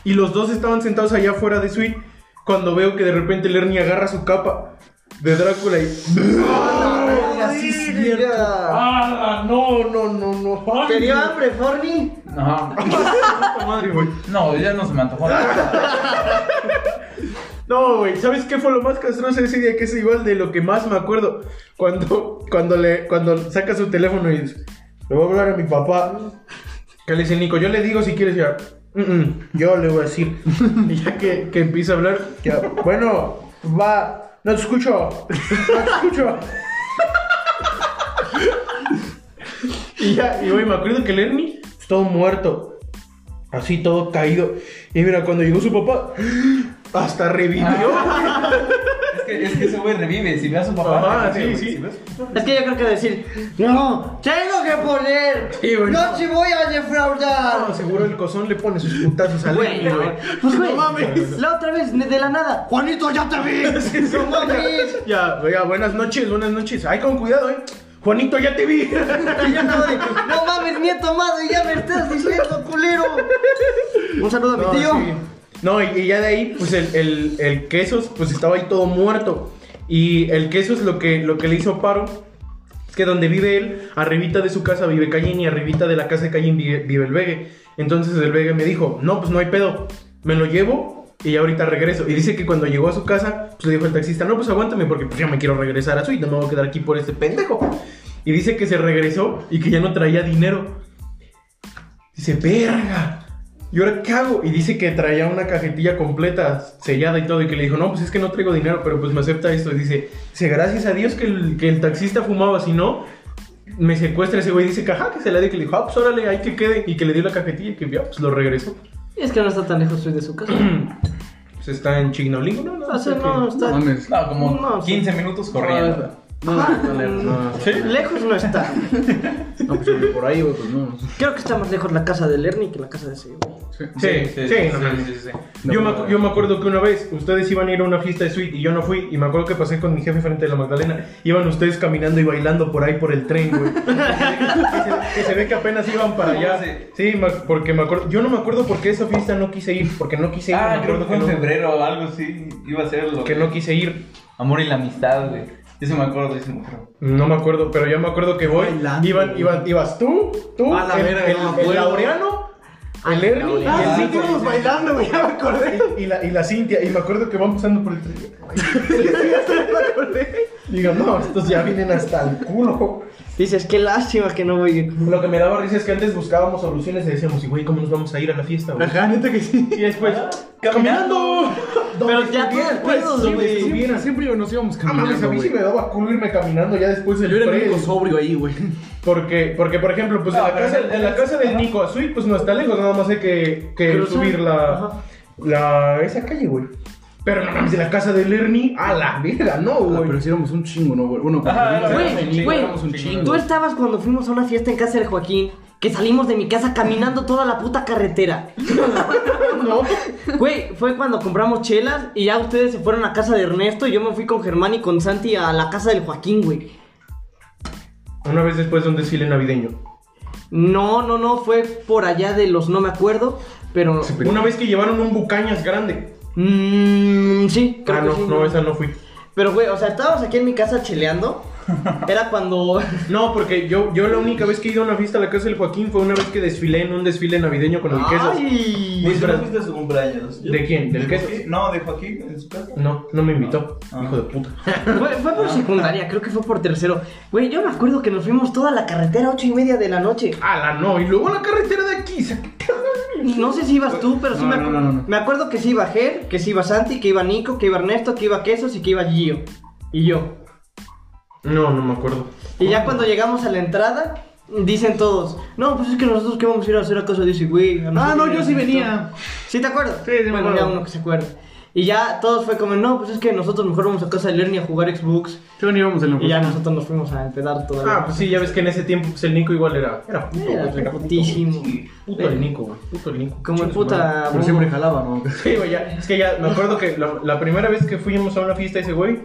[SPEAKER 2] y los dos estaban sentados allá afuera de suite cuando veo que de repente Lerny agarra su capa de Drácula y.
[SPEAKER 5] Así cierto.
[SPEAKER 2] ¡Ah! No, no, no, no. Ay,
[SPEAKER 5] ¿Te dio hambre, Forni?
[SPEAKER 7] No,
[SPEAKER 2] <laughs> puta madre, güey.
[SPEAKER 7] no, ya no se me antojó nada.
[SPEAKER 2] No, güey, ¿sabes qué fue lo más castroso ese día? Que es igual de lo que más me acuerdo. Cuando, cuando le, cuando saca su teléfono y dice, le voy a hablar a mi papá. Que le dice Nico, yo le digo si quieres ya. "Mm-mm, yo le voy a decir. Y ya que, que empieza a hablar, ya, bueno, va, no te escucho, no te escucho. <laughs> Y ya, y güey, me acuerdo que el Ernie, todo muerto, así todo caído. Y mira, cuando llegó su papá, hasta revivió. <laughs>
[SPEAKER 7] Es que, es que ese güey revive. Si ve a su papá.
[SPEAKER 2] Ajá,
[SPEAKER 7] revive,
[SPEAKER 2] sí, sí.
[SPEAKER 7] güey. Si ve a su-
[SPEAKER 1] Es que yo creo que decir, no, tengo que poner,
[SPEAKER 2] Sí, güey.
[SPEAKER 1] no te voy a
[SPEAKER 2] Ah,
[SPEAKER 1] defraudar.
[SPEAKER 2] seguro el cozón le pone sus putazos al
[SPEAKER 1] Güey,
[SPEAKER 2] niño,
[SPEAKER 1] güey. Pues, güey,
[SPEAKER 2] No mames.
[SPEAKER 1] la otra vez, de la nada, Juanito, ya te <laughs> vi. No mames.
[SPEAKER 2] Ya, ya, buenas noches, buenas noches. Ay, con cuidado, eh. Juanito, ya te vi. <laughs>
[SPEAKER 1] Y yo estaba de, no mames, ni he tomado y ya me estás diciendo, culero. Un saludo a mi
[SPEAKER 2] No,
[SPEAKER 1] tío.
[SPEAKER 2] sí. No, y, y ya de ahí, pues el, el, el quesos, pues estaba ahí todo muerto. Y el quesos lo que, lo que le hizo paro es que donde vive él, arribita de su casa vive Cayen y arribita de la casa de Cayen vive, vive el Vegue. Entonces el Vegue me dijo, no, pues no hay pedo, me lo llevo y ya ahorita regreso. Y dice que cuando llegó a su casa, pues le dijo el taxista, no, pues aguántame porque pues, ya me quiero regresar a su y no me voy a quedar aquí por este pendejo. Y dice que se regresó y que ya no traía dinero. Dice, verga. ¿Y ahora qué hago? Y dice que traía una cajetilla completa, sellada y todo, y que le dijo, no, pues es que no traigo dinero, pero pues me acepta esto. Y dice, dice gracias a Dios que el, que el taxista fumaba, si no, me secuestra ese güey. Dice que, ajá, que se la dio, que le dijo, ah, pues órale, ahí que quede. Y que le dio la cajetilla y que, ya, pues lo regresó.
[SPEAKER 1] Es que no está tan lejos soy de su casa.
[SPEAKER 2] Pues está en Chignolingo, ¿no? no
[SPEAKER 1] O sea,
[SPEAKER 2] sé
[SPEAKER 1] no,
[SPEAKER 2] qué.
[SPEAKER 1] está.
[SPEAKER 3] mames.
[SPEAKER 7] No, como
[SPEAKER 1] No, sí.
[SPEAKER 7] 15 minutos corriendo.
[SPEAKER 2] ¿Sí?
[SPEAKER 1] Lejos no está.
[SPEAKER 3] No, pues yo vi por ahí, güey, pues no.
[SPEAKER 1] Creo que está más lejos la casa de Lerny que la casa de ese güey.
[SPEAKER 2] Sí, sí, no mames. Yo, me, acu- yo me acuerdo que una vez ustedes iban a ir a una fiesta de suite y yo no fui. Y me acuerdo que pasé con mi jefe frente a la Magdalena. Iban ustedes caminando y bailando por ahí por el tren, güey. <laughs> que, se, que se ve que apenas iban para allá. Sí, me- porque me acuerdo. Yo no me acuerdo por qué esa fiesta no quise ir. Porque no quise ir.
[SPEAKER 7] Ah,
[SPEAKER 2] me
[SPEAKER 7] yo creo que
[SPEAKER 2] acuerdo
[SPEAKER 7] fue en
[SPEAKER 2] no-
[SPEAKER 7] febrero o algo así. Iba a ser lo
[SPEAKER 2] que no quise ir.
[SPEAKER 7] Amor y la amistad, güey. Yo sí me acuerdo de ese mujer.
[SPEAKER 2] No me acuerdo, pero ya me acuerdo que voy.
[SPEAKER 4] Bailando,
[SPEAKER 2] iban, iban, ibas tú, tú,
[SPEAKER 3] A la
[SPEAKER 2] el,
[SPEAKER 3] verga,
[SPEAKER 2] el-
[SPEAKER 3] no me
[SPEAKER 2] el
[SPEAKER 3] acuerdo.
[SPEAKER 2] Laureano, el Ernie y el
[SPEAKER 4] Ah, sí,
[SPEAKER 2] Nico.
[SPEAKER 4] estábamos bailando, güey, ya me acordé.
[SPEAKER 2] Y la, y la Cintia, y me acuerdo que van pasando por el tren. Digo, no, estos ya vienen hasta el culo.
[SPEAKER 1] Dices, qué lástima que no voy.
[SPEAKER 2] Lo que me daba risa es que antes buscábamos soluciones y decíamos, y güey, ¿cómo nos vamos a ir a la fiesta, güey?
[SPEAKER 4] Ajá, neta que sí.
[SPEAKER 2] Y después, caminando. pues,
[SPEAKER 1] Pero ya todos pedos, güey.
[SPEAKER 3] Siempre, siempre nos íbamos
[SPEAKER 2] Ah, mames, a
[SPEAKER 3] caminando,
[SPEAKER 2] mí sí
[SPEAKER 3] güey.
[SPEAKER 2] me daba culo irme caminando ya después del
[SPEAKER 3] Yo era el
[SPEAKER 2] pre.
[SPEAKER 3] único sobrio ahí, güey.
[SPEAKER 2] Porque, porque por ejemplo, pues
[SPEAKER 7] No,
[SPEAKER 2] en la
[SPEAKER 7] pero
[SPEAKER 2] casa,
[SPEAKER 7] en el-
[SPEAKER 2] en la casa del Nico Azul, pues no está lejos, nada más hay que, que
[SPEAKER 1] Cruzar.
[SPEAKER 2] subir la,
[SPEAKER 1] Ajá.
[SPEAKER 2] la. esa calle, güey. Pero no mames, de la casa del Ernie a la verga, no,
[SPEAKER 3] Ah,
[SPEAKER 2] güey.
[SPEAKER 3] pero sí éramos un chingo, ¿no, güey? Bueno,
[SPEAKER 7] Ajá,
[SPEAKER 3] cuando
[SPEAKER 7] era-
[SPEAKER 3] vimos-
[SPEAKER 7] éramos un
[SPEAKER 1] Güey,
[SPEAKER 7] chingo,
[SPEAKER 1] güey,
[SPEAKER 7] éramos un chingo.
[SPEAKER 1] tú estabas cuando fuimos a una fiesta en casa del Joaquín. Que salimos de mi casa caminando toda la puta carretera.
[SPEAKER 2] No,
[SPEAKER 1] Güey, fue cuando compramos chelas y ya ustedes se fueron a casa de Ernesto y yo me fui con Germán y con Santi a la casa del Joaquín, güey.
[SPEAKER 2] Una vez después de un desfile navideño.
[SPEAKER 1] No, no, no, fue por allá de los no me acuerdo, pero...
[SPEAKER 2] Una vez que llevaron un bucañas grande.
[SPEAKER 1] Mmm, sí, creo
[SPEAKER 2] Ah,
[SPEAKER 1] que
[SPEAKER 2] no,
[SPEAKER 1] sí.
[SPEAKER 2] no, esa no fui.
[SPEAKER 1] Pero, güey, o sea, estábamos aquí en mi casa cheleando. Era cuando... <laughs>
[SPEAKER 2] No, porque yo, yo la única vez que he ido a una fiesta a la casa del Joaquín fue una vez que desfilé en un desfile navideño con el queso.
[SPEAKER 1] ¡Ay!
[SPEAKER 7] ¿Y si
[SPEAKER 2] Disfraz-
[SPEAKER 7] no fuiste a su cumpleaños?
[SPEAKER 2] ¿De quién? ¿Del queso?
[SPEAKER 7] Joaquín? No, de Joaquín, en su casa.
[SPEAKER 2] No, no me invitó.
[SPEAKER 7] Ah.
[SPEAKER 2] Hijo de puta.
[SPEAKER 1] Fue, fue por secundaria, creo que fue por tercero. Güey, yo me acuerdo que nos fuimos toda la carretera a ocho y media de la noche.
[SPEAKER 2] A la no. Y luego la carretera de aquí. sa-
[SPEAKER 1] No sé si ibas tú, pero sí
[SPEAKER 3] No,
[SPEAKER 1] me,
[SPEAKER 3] no,
[SPEAKER 1] acu-
[SPEAKER 3] no, no, no.
[SPEAKER 1] me acuerdo que sí iba Ger, que sí iba Santi, que iba Nico, que iba Ernesto, que iba Quesos y que iba Gio. Y yo.
[SPEAKER 2] No, no me acuerdo.
[SPEAKER 1] Y ya cuando llegamos a la entrada, dicen todos, no, pues es que nosotros qué vamos a ir a hacer a casa de ese güey. a
[SPEAKER 3] Ah,
[SPEAKER 1] nosotros
[SPEAKER 3] no,
[SPEAKER 1] ya
[SPEAKER 3] yo
[SPEAKER 1] nos
[SPEAKER 3] sí
[SPEAKER 1] invitó".
[SPEAKER 3] venía.
[SPEAKER 1] ¿Sí te acuerdas?
[SPEAKER 2] Sí, sí me
[SPEAKER 1] Bueno, ya
[SPEAKER 2] acuerdo.
[SPEAKER 1] uno que se acuerda. Y ya todos fue como, no, pues es que nosotros mejor vamos a casa de Lerny a jugar Xbox.
[SPEAKER 3] Yo ni íbamos en la
[SPEAKER 1] Y ya nosotros nos fuimos a empedar toda la-
[SPEAKER 2] Ah, pues sí, ya ves que en ese tiempo pues, el Nico igual era. Era puto,
[SPEAKER 1] Era
[SPEAKER 2] güey,
[SPEAKER 1] putísimo.
[SPEAKER 2] güey. Puto el Nico, güey. Puto eh. el Nico.
[SPEAKER 1] Como el
[SPEAKER 2] Chinga su madre.
[SPEAKER 1] puta...
[SPEAKER 3] Pero siempre jalaba, ¿no?
[SPEAKER 2] Sí, güey, ya. Es que ya me acuerdo que la, la primera vez que fuimos a una fiesta de ese güey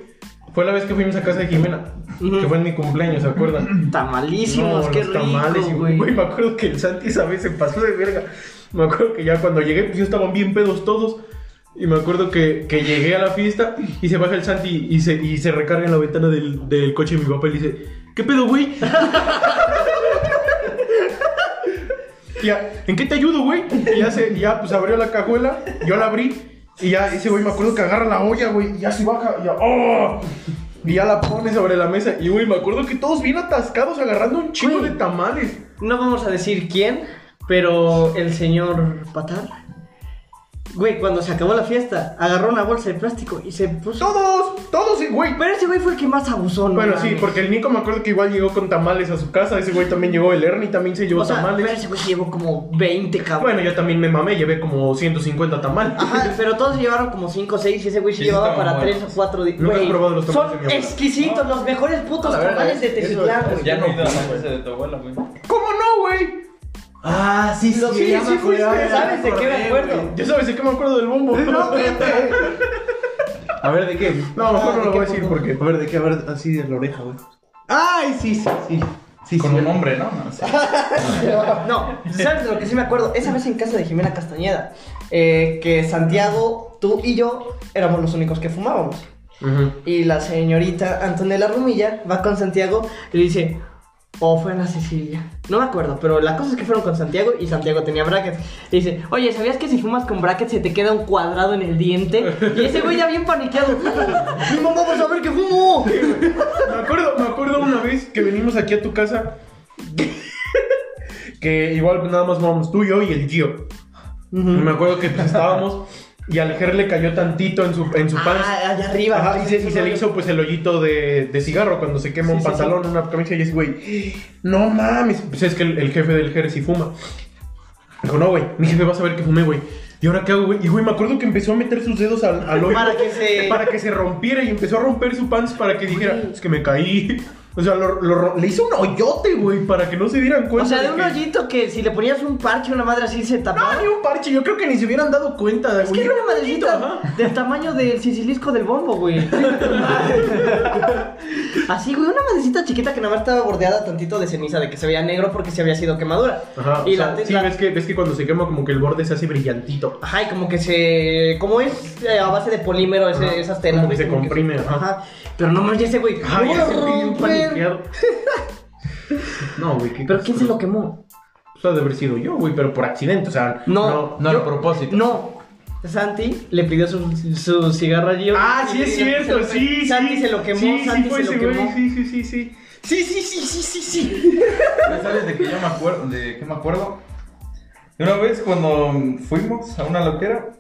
[SPEAKER 2] fue la vez que fuimos a casa de Jimena.
[SPEAKER 1] Ujú.
[SPEAKER 2] Que fue en mi cumpleaños, ¿se acuerdan?
[SPEAKER 1] Tamalísimos,
[SPEAKER 2] No,
[SPEAKER 1] qué
[SPEAKER 2] los
[SPEAKER 1] rico,
[SPEAKER 2] tamales, y,
[SPEAKER 1] güey.
[SPEAKER 2] güey. Me acuerdo que el Santi esa vez se pasó de verga. Me acuerdo que ya cuando llegué, pues ya estaban bien pedos todos. Y me acuerdo que, que llegué a la fiesta y se baja el Santi y se, y se recarga en la ventana del, del coche de mi papá y le dice, ¿qué pedo, güey? Ya, ¿en qué te ayudo, güey? Y ya, se, ya pues abrió la cajuela, yo la abrí y ya ese güey me acuerdo que agarra la olla, güey, y ya se baja y ya, ¡oh! Y ya la pone sobre la mesa y, güey, me acuerdo que todos bien atascados agarrando un chingo de tamales.
[SPEAKER 1] No vamos a decir quién, pero el señor Patar. Güey, cuando se acabó la fiesta, agarró una bolsa de plástico y se puso.
[SPEAKER 2] Todos, todos, y, güey,
[SPEAKER 1] Pero ese güey fue el que más abusó, ¿no?
[SPEAKER 2] Bueno, sí,
[SPEAKER 1] mames.
[SPEAKER 2] porque el Nico me acuerdo que igual llegó con tamales a su casa. Ese güey también llegó, el Ernie también se llevó
[SPEAKER 1] O sea, pero
[SPEAKER 2] tamales.
[SPEAKER 1] ese güey se llevó como 20, cabrón.
[SPEAKER 2] Bueno, yo también me mamé, llevé como 150 tamales.
[SPEAKER 1] Ajá, pero todos se llevaron como 5 o 6 y ese güey se
[SPEAKER 7] Sí,
[SPEAKER 1] llevaba
[SPEAKER 7] estaban
[SPEAKER 1] para 3
[SPEAKER 7] buenos.
[SPEAKER 1] o 4 días.
[SPEAKER 2] Nunca he
[SPEAKER 1] Güey,
[SPEAKER 2] probado los tamales de mi
[SPEAKER 1] Son
[SPEAKER 2] abuela.
[SPEAKER 1] exquisitos, los mejores putos tamales de Teciutlán, güey. <laughs>
[SPEAKER 7] Pues Ya no he ido a la casa de tu abuela, güey.
[SPEAKER 2] <laughs> ¿Cómo no, güey?
[SPEAKER 7] Ah, sí,
[SPEAKER 1] Lo- sí, sí fuiste, ¿sabes de qué me acuerdo?
[SPEAKER 2] Ya sabes de qué me acuerdo del bombo.
[SPEAKER 3] <laughs>
[SPEAKER 2] No,
[SPEAKER 3] A ver, ¿de qué?
[SPEAKER 2] <laughs> no, mejor
[SPEAKER 1] Ah,
[SPEAKER 2] no lo voy a decir porque.
[SPEAKER 3] A ver, ¿de qué? A ver, así de la oreja, güey. ¡Ay, sí, sí, sí! Sí,
[SPEAKER 7] Con
[SPEAKER 3] sí.
[SPEAKER 7] un hombre, ¿no? No, sí.
[SPEAKER 1] No, ¿sabes de lo que sí me acuerdo? Esa vez en casa de Jimena Castañeda, eh, que Santiago, tú y yo éramos los únicos que fumábamos. Y la señorita Antonella Rumilla va con Santiago y le dice, o fue Ana Cecilia. No me acuerdo, pero la cosa es que fueron con Santiago y Santiago tenía brackets. Le dice, oye, ¿sabías que si fumas con brackets se te queda un cuadrado en el diente? Y ese güey ya bien paniqueado. Mi mamá va a saber que fumo.
[SPEAKER 2] Me acuerdo, me acuerdo una vez que venimos aquí a tu casa. Que igual nada más vamos tú, yo y el tío. Me acuerdo que pues, estábamos y al Ger le cayó tantito en su, en su pan.
[SPEAKER 1] Ah, allá arriba.
[SPEAKER 2] Ajá, y se, y se le hizo pues el hoyito de, de cigarro cuando se quema
[SPEAKER 1] Sí,
[SPEAKER 2] un
[SPEAKER 1] sí,
[SPEAKER 2] pantalón, una camisa y es güey, no mames. Pues es que el, el jefe del jefe sí fuma. Dijo, no, güey, mi jefe va a saber que fumé, güey. ¿Y ahora qué hago, güey? Y güey, me acuerdo que empezó a meter sus dedos al, al hoyo.
[SPEAKER 1] Para que se-
[SPEAKER 2] Para que se rompiera y empezó a romper su pants para que dijera,
[SPEAKER 1] Güey.
[SPEAKER 2] es que me caí. O sea, lo- lo ro- le hizo un hoyote, güey, para que no se dieran
[SPEAKER 1] O
[SPEAKER 2] cuenta.
[SPEAKER 1] sea, de un
[SPEAKER 2] que-
[SPEAKER 1] hoyito que si le ponías un parche, una madre así se tapaba.
[SPEAKER 2] No, ni un parche, yo creo que ni se hubieran dado cuenta, güey.
[SPEAKER 1] Es que era una
[SPEAKER 2] hoyito,
[SPEAKER 1] madrecita
[SPEAKER 2] ajá.
[SPEAKER 1] del tamaño del sicilisco del bombo,
[SPEAKER 2] <laughs>
[SPEAKER 1] güey. Así, güey, una madrecita chiquita que nada más estaba bordeada tantito de ceniza, de que se veía negro porque se había sido quemadura.
[SPEAKER 2] Ajá,
[SPEAKER 1] y
[SPEAKER 2] o sea,
[SPEAKER 1] la, te-
[SPEAKER 2] sí,
[SPEAKER 1] la-
[SPEAKER 2] ves que, ves que cuando se quema como que el borde se hace brillantito.
[SPEAKER 1] Ajá, y como que se. Como es eh, a base de polímero ese-
[SPEAKER 2] Ajá,
[SPEAKER 1] esas telas,
[SPEAKER 2] como
[SPEAKER 1] güey,
[SPEAKER 2] que se
[SPEAKER 1] como
[SPEAKER 2] comprime, ajá.
[SPEAKER 1] Pero no manches, ese güey.
[SPEAKER 2] Ay,
[SPEAKER 1] ¿Cómo
[SPEAKER 2] ya
[SPEAKER 1] lo
[SPEAKER 2] se fue bien
[SPEAKER 1] rompen?
[SPEAKER 2] paniqueado. <laughs> No, güey, ¿qué
[SPEAKER 1] ¿Pero quién se lo quemó?
[SPEAKER 2] Pues ha de haber sido yo, güey, pero por accidente, o sea,
[SPEAKER 1] No,
[SPEAKER 7] No
[SPEAKER 1] yo-
[SPEAKER 7] a propósito.
[SPEAKER 1] No. Santi le pidió su, su cigarro a Gio.
[SPEAKER 2] Ah, sí,
[SPEAKER 1] Y-
[SPEAKER 2] es
[SPEAKER 1] y Santi se
[SPEAKER 2] cierto,
[SPEAKER 1] lo-
[SPEAKER 2] sí,
[SPEAKER 1] Santi
[SPEAKER 2] sí.
[SPEAKER 1] se lo quemó,
[SPEAKER 2] sí, sí,
[SPEAKER 1] Santi
[SPEAKER 2] fue
[SPEAKER 1] se lo
[SPEAKER 2] ese güey,
[SPEAKER 1] quemó.
[SPEAKER 2] Sí, sí, sí, sí. Sí, sí, sí, sí, sí, sí.
[SPEAKER 7] Ya ¿Sabes de qué yo me acuerdo? ¿De qué me acuerdo? De una vez cuando fuimos a una loquera,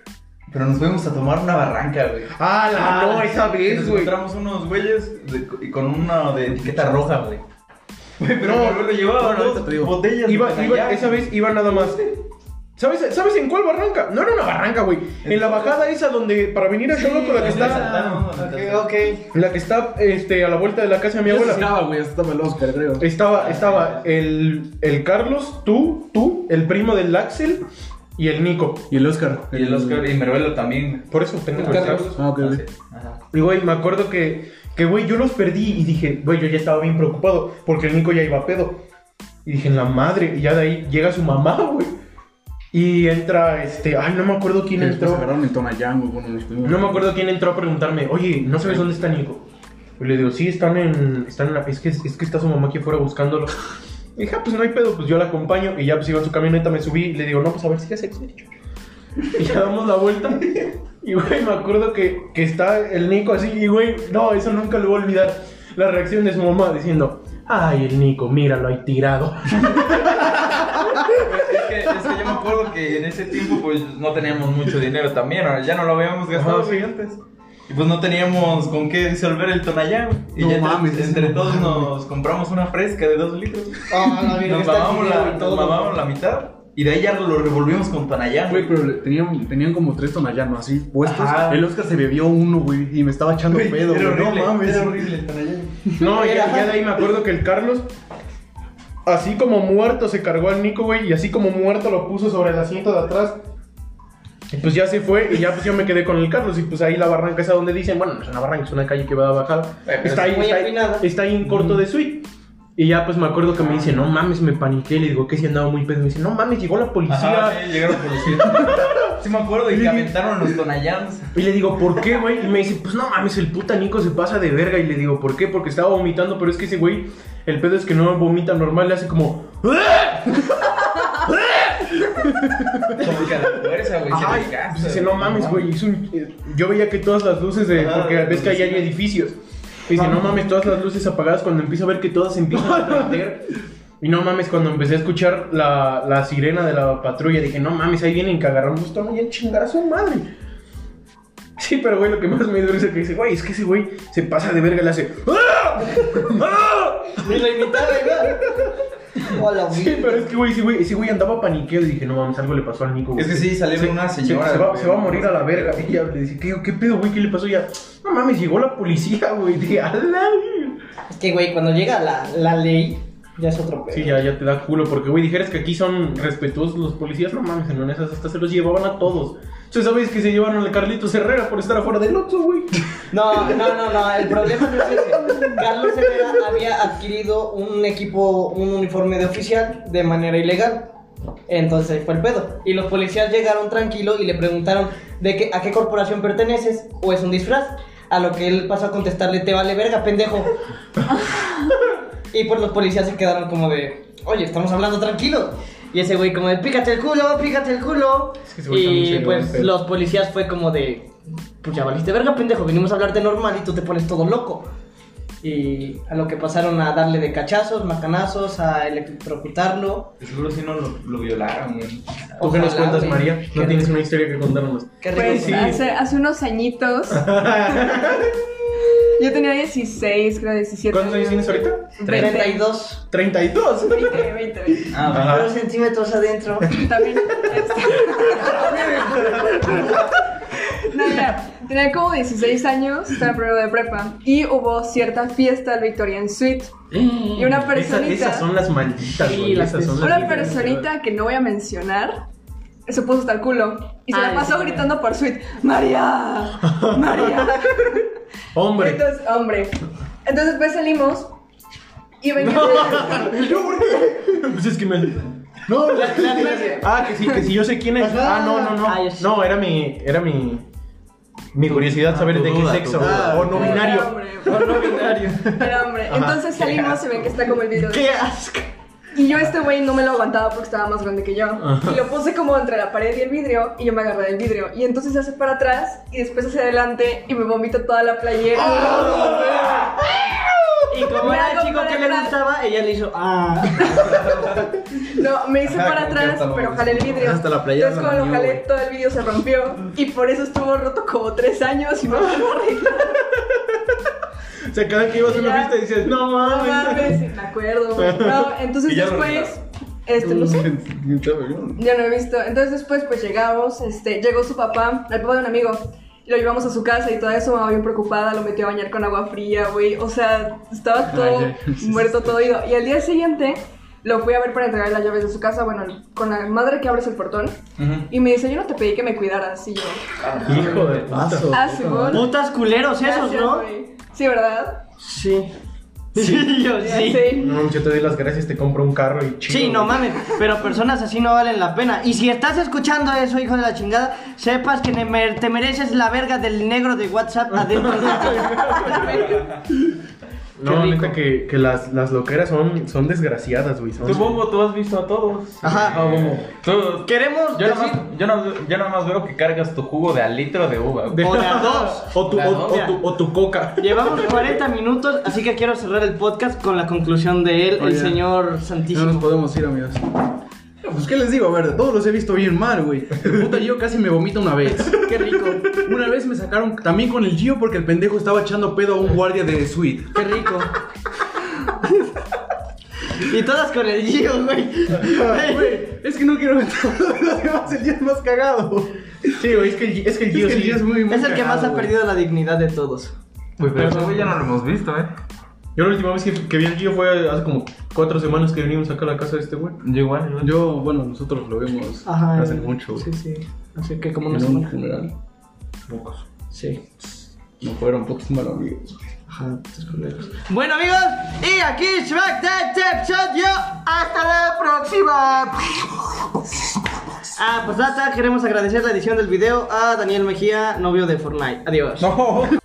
[SPEAKER 7] pero nos fuimos a tomar una barranca, güey.
[SPEAKER 2] Ah, la no, esa
[SPEAKER 7] Y
[SPEAKER 2] vez,
[SPEAKER 7] Nos
[SPEAKER 2] güey.
[SPEAKER 7] encontramos unos güeyes de- y con una de etiqueta roja, güey. Güey, pero no, lo llevaba
[SPEAKER 3] ahorita
[SPEAKER 7] dos
[SPEAKER 3] te digo.
[SPEAKER 7] botellas. de
[SPEAKER 2] Iba, iba-
[SPEAKER 7] canallán.
[SPEAKER 2] esa vez iba nada más. ¿Sabes, ¿Sabes en cuál barranca? No era una barranca, güey. En la bajada esa donde para venir a Charloco, la que
[SPEAKER 7] Nos
[SPEAKER 2] está.
[SPEAKER 7] asaltaron, nos asaltaron.
[SPEAKER 2] La que está este, a la vuelta de la casa de mi
[SPEAKER 3] Yo
[SPEAKER 2] abuela.
[SPEAKER 3] estaba, güey, hasta el Oscar, creo.
[SPEAKER 2] Estaba, estaba el, el Carlos, tú, tú, el primo del Axel y el Nico.
[SPEAKER 3] Y el Oscar.
[SPEAKER 7] Y el Oscar y Meruelo también.
[SPEAKER 2] Por eso pendejo.
[SPEAKER 7] güey.
[SPEAKER 2] ¿sabes?
[SPEAKER 3] Ah, ok, ok.
[SPEAKER 7] Ajá.
[SPEAKER 2] Y güey, me acuerdo que, que güey, yo los perdí y dije, güey, yo ya estaba bien preocupado porque el Nico ya iba a pedo. Y dije, la madre, y ya de ahí llega su mamá, güey. Y entra este, ay, no me acuerdo quién
[SPEAKER 3] Y después
[SPEAKER 2] entró.
[SPEAKER 3] agarraron el Tonayán, güey. Bueno, disculpa.
[SPEAKER 2] No me acuerdo quién entró a preguntarme, oye, ¿no sabes dónde está Nico? Y le digo, sí, están en. Están en la- es, que, es que está su mamá aquí afuera buscándolo. Y dije, ah, pues no hay pedo, pues yo la acompaño. Y ya pues iba en su camioneta, me subí y le digo, no, pues a ver si ya se hecho. Y ya damos la vuelta. Y güey, me acuerdo que, que está el Nico así. Y güey, no, eso nunca lo voy a olvidar. La reacción de su mamá diciendo, ay, el Nico, míralo ahí tirado.
[SPEAKER 7] Es que, es que yo me acuerdo que en ese tiempo pues no teníamos mucho dinero también, ahora ya no lo habíamos gastado
[SPEAKER 2] Ajá, sí.
[SPEAKER 7] güey, antes. Y pues no teníamos con qué disolver el tonallán. Y
[SPEAKER 3] No
[SPEAKER 7] ya entre-
[SPEAKER 3] mames,
[SPEAKER 7] entre,
[SPEAKER 3] ese no
[SPEAKER 7] todos
[SPEAKER 3] mames.
[SPEAKER 7] nos compramos una fresca de 2 litros.
[SPEAKER 1] Ah, la verga,
[SPEAKER 7] Nos
[SPEAKER 1] está
[SPEAKER 7] mamamos,
[SPEAKER 1] chido
[SPEAKER 7] la,
[SPEAKER 1] y
[SPEAKER 7] nos
[SPEAKER 1] todo.
[SPEAKER 7] mamamos la mitad y de ahí ya lo revolvimos con tonallán.
[SPEAKER 3] Güey, pero le- tenían, tenían como tres tonallanos así puestos. El Oscar se bebió uno, güey, y me estaba echando
[SPEAKER 7] Güey,
[SPEAKER 3] pedo,
[SPEAKER 7] era
[SPEAKER 3] güey. No
[SPEAKER 7] horrible,
[SPEAKER 3] mames.
[SPEAKER 7] era horrible el tonallán. <laughs>
[SPEAKER 2] No, ya, ya de ahí me acuerdo que el Carlos, así como muerto, se cargó al Nico, güey, y así como muerto lo puso sobre el asiento de atrás. Y pues ya se fue, y ya pues yo me quedé con el Carlos, y pues ahí la barranca esa donde dicen, bueno, no es una barranca, es una calle que va a bajar.
[SPEAKER 7] Eh, pero es
[SPEAKER 2] Está ahí,
[SPEAKER 1] muy
[SPEAKER 2] está ahí,
[SPEAKER 1] empinada.
[SPEAKER 2] está ahí en corto de suite. Y ya pues me acuerdo que me dice, no mames, me paniqué, le digo que si andaba muy pedo. Me dice, no mames, llegó la policía.
[SPEAKER 7] Ajá, sí, llegaron policías. Sí me acuerdo de que aventaron los tonallans.
[SPEAKER 2] Y le digo, ¿por qué, güey? Y me dice, pues no mames, el puta Nico se pasa de verga. Y le digo, ¿por qué? Porque estaba vomitando, pero es que ese güey, el pedo es que no vomita normal, le hace como. "¡Ah!".
[SPEAKER 7] Como que a la fuerza, güey. Se
[SPEAKER 2] Ay,
[SPEAKER 7] desgasta,
[SPEAKER 2] pues dice, no mames, güey. hizo un- eh, Yo veía que todas las luces de.
[SPEAKER 8] Ajá,
[SPEAKER 2] Porque ves que ahí hay edificios. Y dice, no mames, todas las luces apagadas cuando empiezo a ver que todas se empiezan a prender. Y no mames, cuando empecé a escuchar la, la sirena de la patrulla, dije, no mames, ahí vienen que agarraron pues toma ya chingar a su madre. Sí, pero güey, lo que más me dio risa que dice, güey, es que ese güey se pasa de verga y le hace. "¡Ah! ¡Ah!".
[SPEAKER 1] Ni lo imitaba, ¿verdad? Hola, güey.
[SPEAKER 2] Sí, pero es que güey, ese güey, ese güey andaba paniqueado y dije, no mames, algo le pasó al Nico. güey".
[SPEAKER 7] Es que sí, salieron una
[SPEAKER 2] Se-
[SPEAKER 7] señora.
[SPEAKER 2] Se, va,
[SPEAKER 7] güey.
[SPEAKER 2] se va a morir a la verga. Y ya le dice, ¿qué, qué pedo, güey? ¿Qué le pasó? Y ya, no mames, llegó la policía, güey. Dije, ala, güey".
[SPEAKER 1] Es que, güey, cuando llega la, la ley, ya es otro pedo.
[SPEAKER 2] Sí, ya, ya te da culo, porque, güey, dijeras que aquí son respetuosos los policías. No mames, en esas hasta se los llevaban a todos. Tú sabes que se llevaron al Carlitos Herrera por estar afuera del Oxxo, güey.
[SPEAKER 1] No, no, no, no, el problema no es ese. Carlos Herrera había adquirido un equipo, un uniforme de oficial de manera ilegal. Entonces fue el pedo. Y los policías llegaron tranquilos y le preguntaron de qué, a qué corporación perteneces o es un disfraz. A lo que él pasó a contestarle, te vale verga,
[SPEAKER 2] <laughs>
[SPEAKER 1] pendejo. y pues los policías se quedaron como de, oye, estamos hablando tranquilo. Y ese güey como de, pícate el culo, pícate el culo.
[SPEAKER 2] que ese güey está muy
[SPEAKER 1] y
[SPEAKER 2] serio,
[SPEAKER 1] pues
[SPEAKER 2] el pedo.
[SPEAKER 1] los policías fue como de, pues ya valiste verga, pendejo, venimos a hablarte normal y tú te pones todo loco. Y a lo que pasaron a darle de cachazos, macanazos, a electrocutarlo.
[SPEAKER 7] Seguro si no lo, lo violaron, güey.
[SPEAKER 2] ¿Tú qué nos
[SPEAKER 1] Ojalá,
[SPEAKER 2] cuentas,
[SPEAKER 1] güey.
[SPEAKER 2] María? No
[SPEAKER 1] Qué
[SPEAKER 2] tienes
[SPEAKER 1] rico.
[SPEAKER 2] una historia que contarnos.
[SPEAKER 1] Qué rico.
[SPEAKER 2] Pues sí.
[SPEAKER 9] Hace, hace
[SPEAKER 2] <laughs>
[SPEAKER 9] unos añitos. Yo tenía 16, creo 17.
[SPEAKER 2] ¿Cuántos años tienes ahorita?
[SPEAKER 1] 32.
[SPEAKER 2] 32.
[SPEAKER 9] 20, 20, 20.
[SPEAKER 7] Ah,
[SPEAKER 2] Ajá.
[SPEAKER 1] 2 centímetros
[SPEAKER 2] <laughs>
[SPEAKER 1] adentro.
[SPEAKER 9] Eh, También. este- <laughs> No, mira, tenía como 16 años, estaba en primero de prepa. Y hubo cierta fiesta al Victorian Suite. Y una
[SPEAKER 2] Esa-
[SPEAKER 9] personita.
[SPEAKER 2] esas son las malditas,
[SPEAKER 1] Sí,
[SPEAKER 2] güey.
[SPEAKER 1] las
[SPEAKER 2] esas son las
[SPEAKER 9] Una
[SPEAKER 2] malditas.
[SPEAKER 9] personita que no voy a mencionar se puso hasta el culo y se
[SPEAKER 10] Ah,
[SPEAKER 9] la pasó
[SPEAKER 10] sí.
[SPEAKER 9] gritando por suite: ¡María!
[SPEAKER 2] <laughs>
[SPEAKER 9] ¡María! <laughs>
[SPEAKER 2] Hombre.
[SPEAKER 9] Entonces, hombre. Entonces, pues salimos y venía.
[SPEAKER 2] Pues es que me. No, la, la clase. Ah, que sí, que sí, yo sé quién es.
[SPEAKER 1] Ajá.
[SPEAKER 2] Ah, no, no, no.
[SPEAKER 1] Ah, yo sí.
[SPEAKER 2] No, era mi. Era mi. Mi curiosidad saber
[SPEAKER 7] tu
[SPEAKER 2] de qué
[SPEAKER 7] Ah, duda,
[SPEAKER 2] sexo.
[SPEAKER 7] tu duda.
[SPEAKER 2] O no
[SPEAKER 9] Era
[SPEAKER 2] binario.
[SPEAKER 9] hombre.
[SPEAKER 2] O <laughs> no binario.
[SPEAKER 9] Era hombre.
[SPEAKER 2] Ajá.
[SPEAKER 9] Entonces salimos y ven que está como el video. de-
[SPEAKER 2] ¡Qué asco!
[SPEAKER 9] Y yo, este güey, no me lo aguantaba porque estaba más grande que yo.
[SPEAKER 2] Ajá.
[SPEAKER 9] Y lo puse como entre la pared y el vidrio y yo me agarré del vidrio. Y entonces se hace para atrás y después hacia adelante y me vomito toda la playera.
[SPEAKER 7] Ah.
[SPEAKER 1] ¡Ah! Y como
[SPEAKER 9] Me
[SPEAKER 1] era
[SPEAKER 9] hago
[SPEAKER 1] el chico
[SPEAKER 9] para
[SPEAKER 1] que le
[SPEAKER 9] atrás.
[SPEAKER 1] gustaba, ella le hizo. Ah.
[SPEAKER 9] No, me hice
[SPEAKER 7] Ajá,
[SPEAKER 9] para
[SPEAKER 7] como que
[SPEAKER 9] atrás,
[SPEAKER 7] hasta lo-
[SPEAKER 9] pero jalé el vidrio.
[SPEAKER 7] hasta la playera
[SPEAKER 9] Entonces,
[SPEAKER 7] la
[SPEAKER 9] cuando lo
[SPEAKER 7] manió,
[SPEAKER 9] jalé,
[SPEAKER 7] güey.
[SPEAKER 9] todo el vidrio se rompió. Y por eso estuvo roto como tres años y no lo arreglé.
[SPEAKER 2] O sea, cada que ibas a una
[SPEAKER 9] Ya.
[SPEAKER 2] fiesta dices, no
[SPEAKER 9] No
[SPEAKER 2] mames.
[SPEAKER 9] mames, me acuerdo. güey. No, entonces
[SPEAKER 7] Y ya lo
[SPEAKER 9] después. Este,
[SPEAKER 3] Mm.
[SPEAKER 1] Mm.
[SPEAKER 9] no sé. Ya no he visto. Entonces después, pues llegamos. Este, llegó su papá, el papá de un amigo. y Lo llevamos a su casa y toda eso, mamá bien preocupada, lo metió a bañar con agua fría, güey. O sea, estaba todo muerto, todo ido. Y al día siguiente lo fui a ver para entregar las llaves de su casa, bueno, con la madre que abres el portón.
[SPEAKER 7] Ujú.
[SPEAKER 9] Y me dice, yo no te pedí que me cuidaras. Y yo,
[SPEAKER 2] Hijo de
[SPEAKER 1] Oh,
[SPEAKER 2] paso.
[SPEAKER 9] ah, Simón.
[SPEAKER 1] Putas culeros esos,
[SPEAKER 9] Gracias,
[SPEAKER 1] ¿no?
[SPEAKER 9] güey. Sí, ¿verdad?
[SPEAKER 1] Sí. <laughs> Sí, yo
[SPEAKER 9] Ya
[SPEAKER 1] sí.
[SPEAKER 9] sé.
[SPEAKER 2] No, yo te doy las gracias, te compro un carro y chido.
[SPEAKER 1] Sí, no
[SPEAKER 2] güey.
[SPEAKER 1] mames, pero personas así no valen la pena. Y si estás escuchando eso, hijo de la chingada, sepas que ne- mer- te mereces la verga del negro de WhatsApp adentro
[SPEAKER 2] <laughs>
[SPEAKER 1] de
[SPEAKER 2] No,
[SPEAKER 1] Qué rico.
[SPEAKER 2] neta que, que las, las loqueras son, son desgraciadas, güey. son-
[SPEAKER 8] Tú, Bombo, tú has visto a todos.
[SPEAKER 1] Ajá.
[SPEAKER 2] Ah, bueno.
[SPEAKER 7] Tú-
[SPEAKER 1] Queremos
[SPEAKER 7] Yo
[SPEAKER 1] decir...
[SPEAKER 7] nomás, yo, nomás, yo nomás veo que cargas tu jugo de al litro de uva. güey.
[SPEAKER 2] De-
[SPEAKER 1] O de
[SPEAKER 2] <laughs>
[SPEAKER 1] a dos.
[SPEAKER 2] O tu,
[SPEAKER 7] De a
[SPEAKER 2] o-
[SPEAKER 7] dos.
[SPEAKER 2] o tu- o tu coca.
[SPEAKER 1] Llevamos 40 minutos, así que quiero cerrar el podcast con la conclusión de él, el
[SPEAKER 3] Oye.
[SPEAKER 1] señor
[SPEAKER 3] No nos
[SPEAKER 1] Santísimo.
[SPEAKER 3] podemos ir, amigos. No, Pues, ¿qué les digo? A ver, de todos los he visto bien mal, güey. El Puta, yo casi me vomito una vez. Qué rico. Una vez me sacaron también con el Gio porque el pendejo estaba echando pedo a un guardia de suite.
[SPEAKER 1] Qué rico. y todas con el Gio, güey.
[SPEAKER 3] Güey, es que no quiero meter el Gio es más cagado.
[SPEAKER 2] Sí, güey, es que el, es que el
[SPEAKER 3] Es
[SPEAKER 2] Gio
[SPEAKER 3] que el
[SPEAKER 2] sí-
[SPEAKER 3] Gio es muy, muy
[SPEAKER 1] Es el que más ha
[SPEAKER 3] cagado, güey.
[SPEAKER 1] perdido la dignidad de todos.
[SPEAKER 7] Güey, pero ese güey ya no lo hemos visto, eh.
[SPEAKER 2] Pues, Yo la última vez que, que vi al Gio fue hace como cuatro semanas que venimos acá a la casa de este güey.
[SPEAKER 7] Yo igual, yo igual.
[SPEAKER 3] Yo, bueno, nosotros lo vemos
[SPEAKER 1] Ajá.
[SPEAKER 3] hace mucho.
[SPEAKER 1] Sí,
[SPEAKER 3] güey.
[SPEAKER 1] sí. Así que como
[SPEAKER 3] En
[SPEAKER 1] una
[SPEAKER 3] un
[SPEAKER 1] semana.
[SPEAKER 3] funeral.
[SPEAKER 2] Pocos.
[SPEAKER 1] Sí.
[SPEAKER 3] No fueron pocos malos amigos.
[SPEAKER 1] Ajá, tus culeros. Bueno amigos, y aquí Shrek de Tep Shot yo. Hasta la próxima. Ah, pues data, queremos agradecer la edición del video a Daniel Mejía, novio de Fortnite. Adiós.
[SPEAKER 7] No.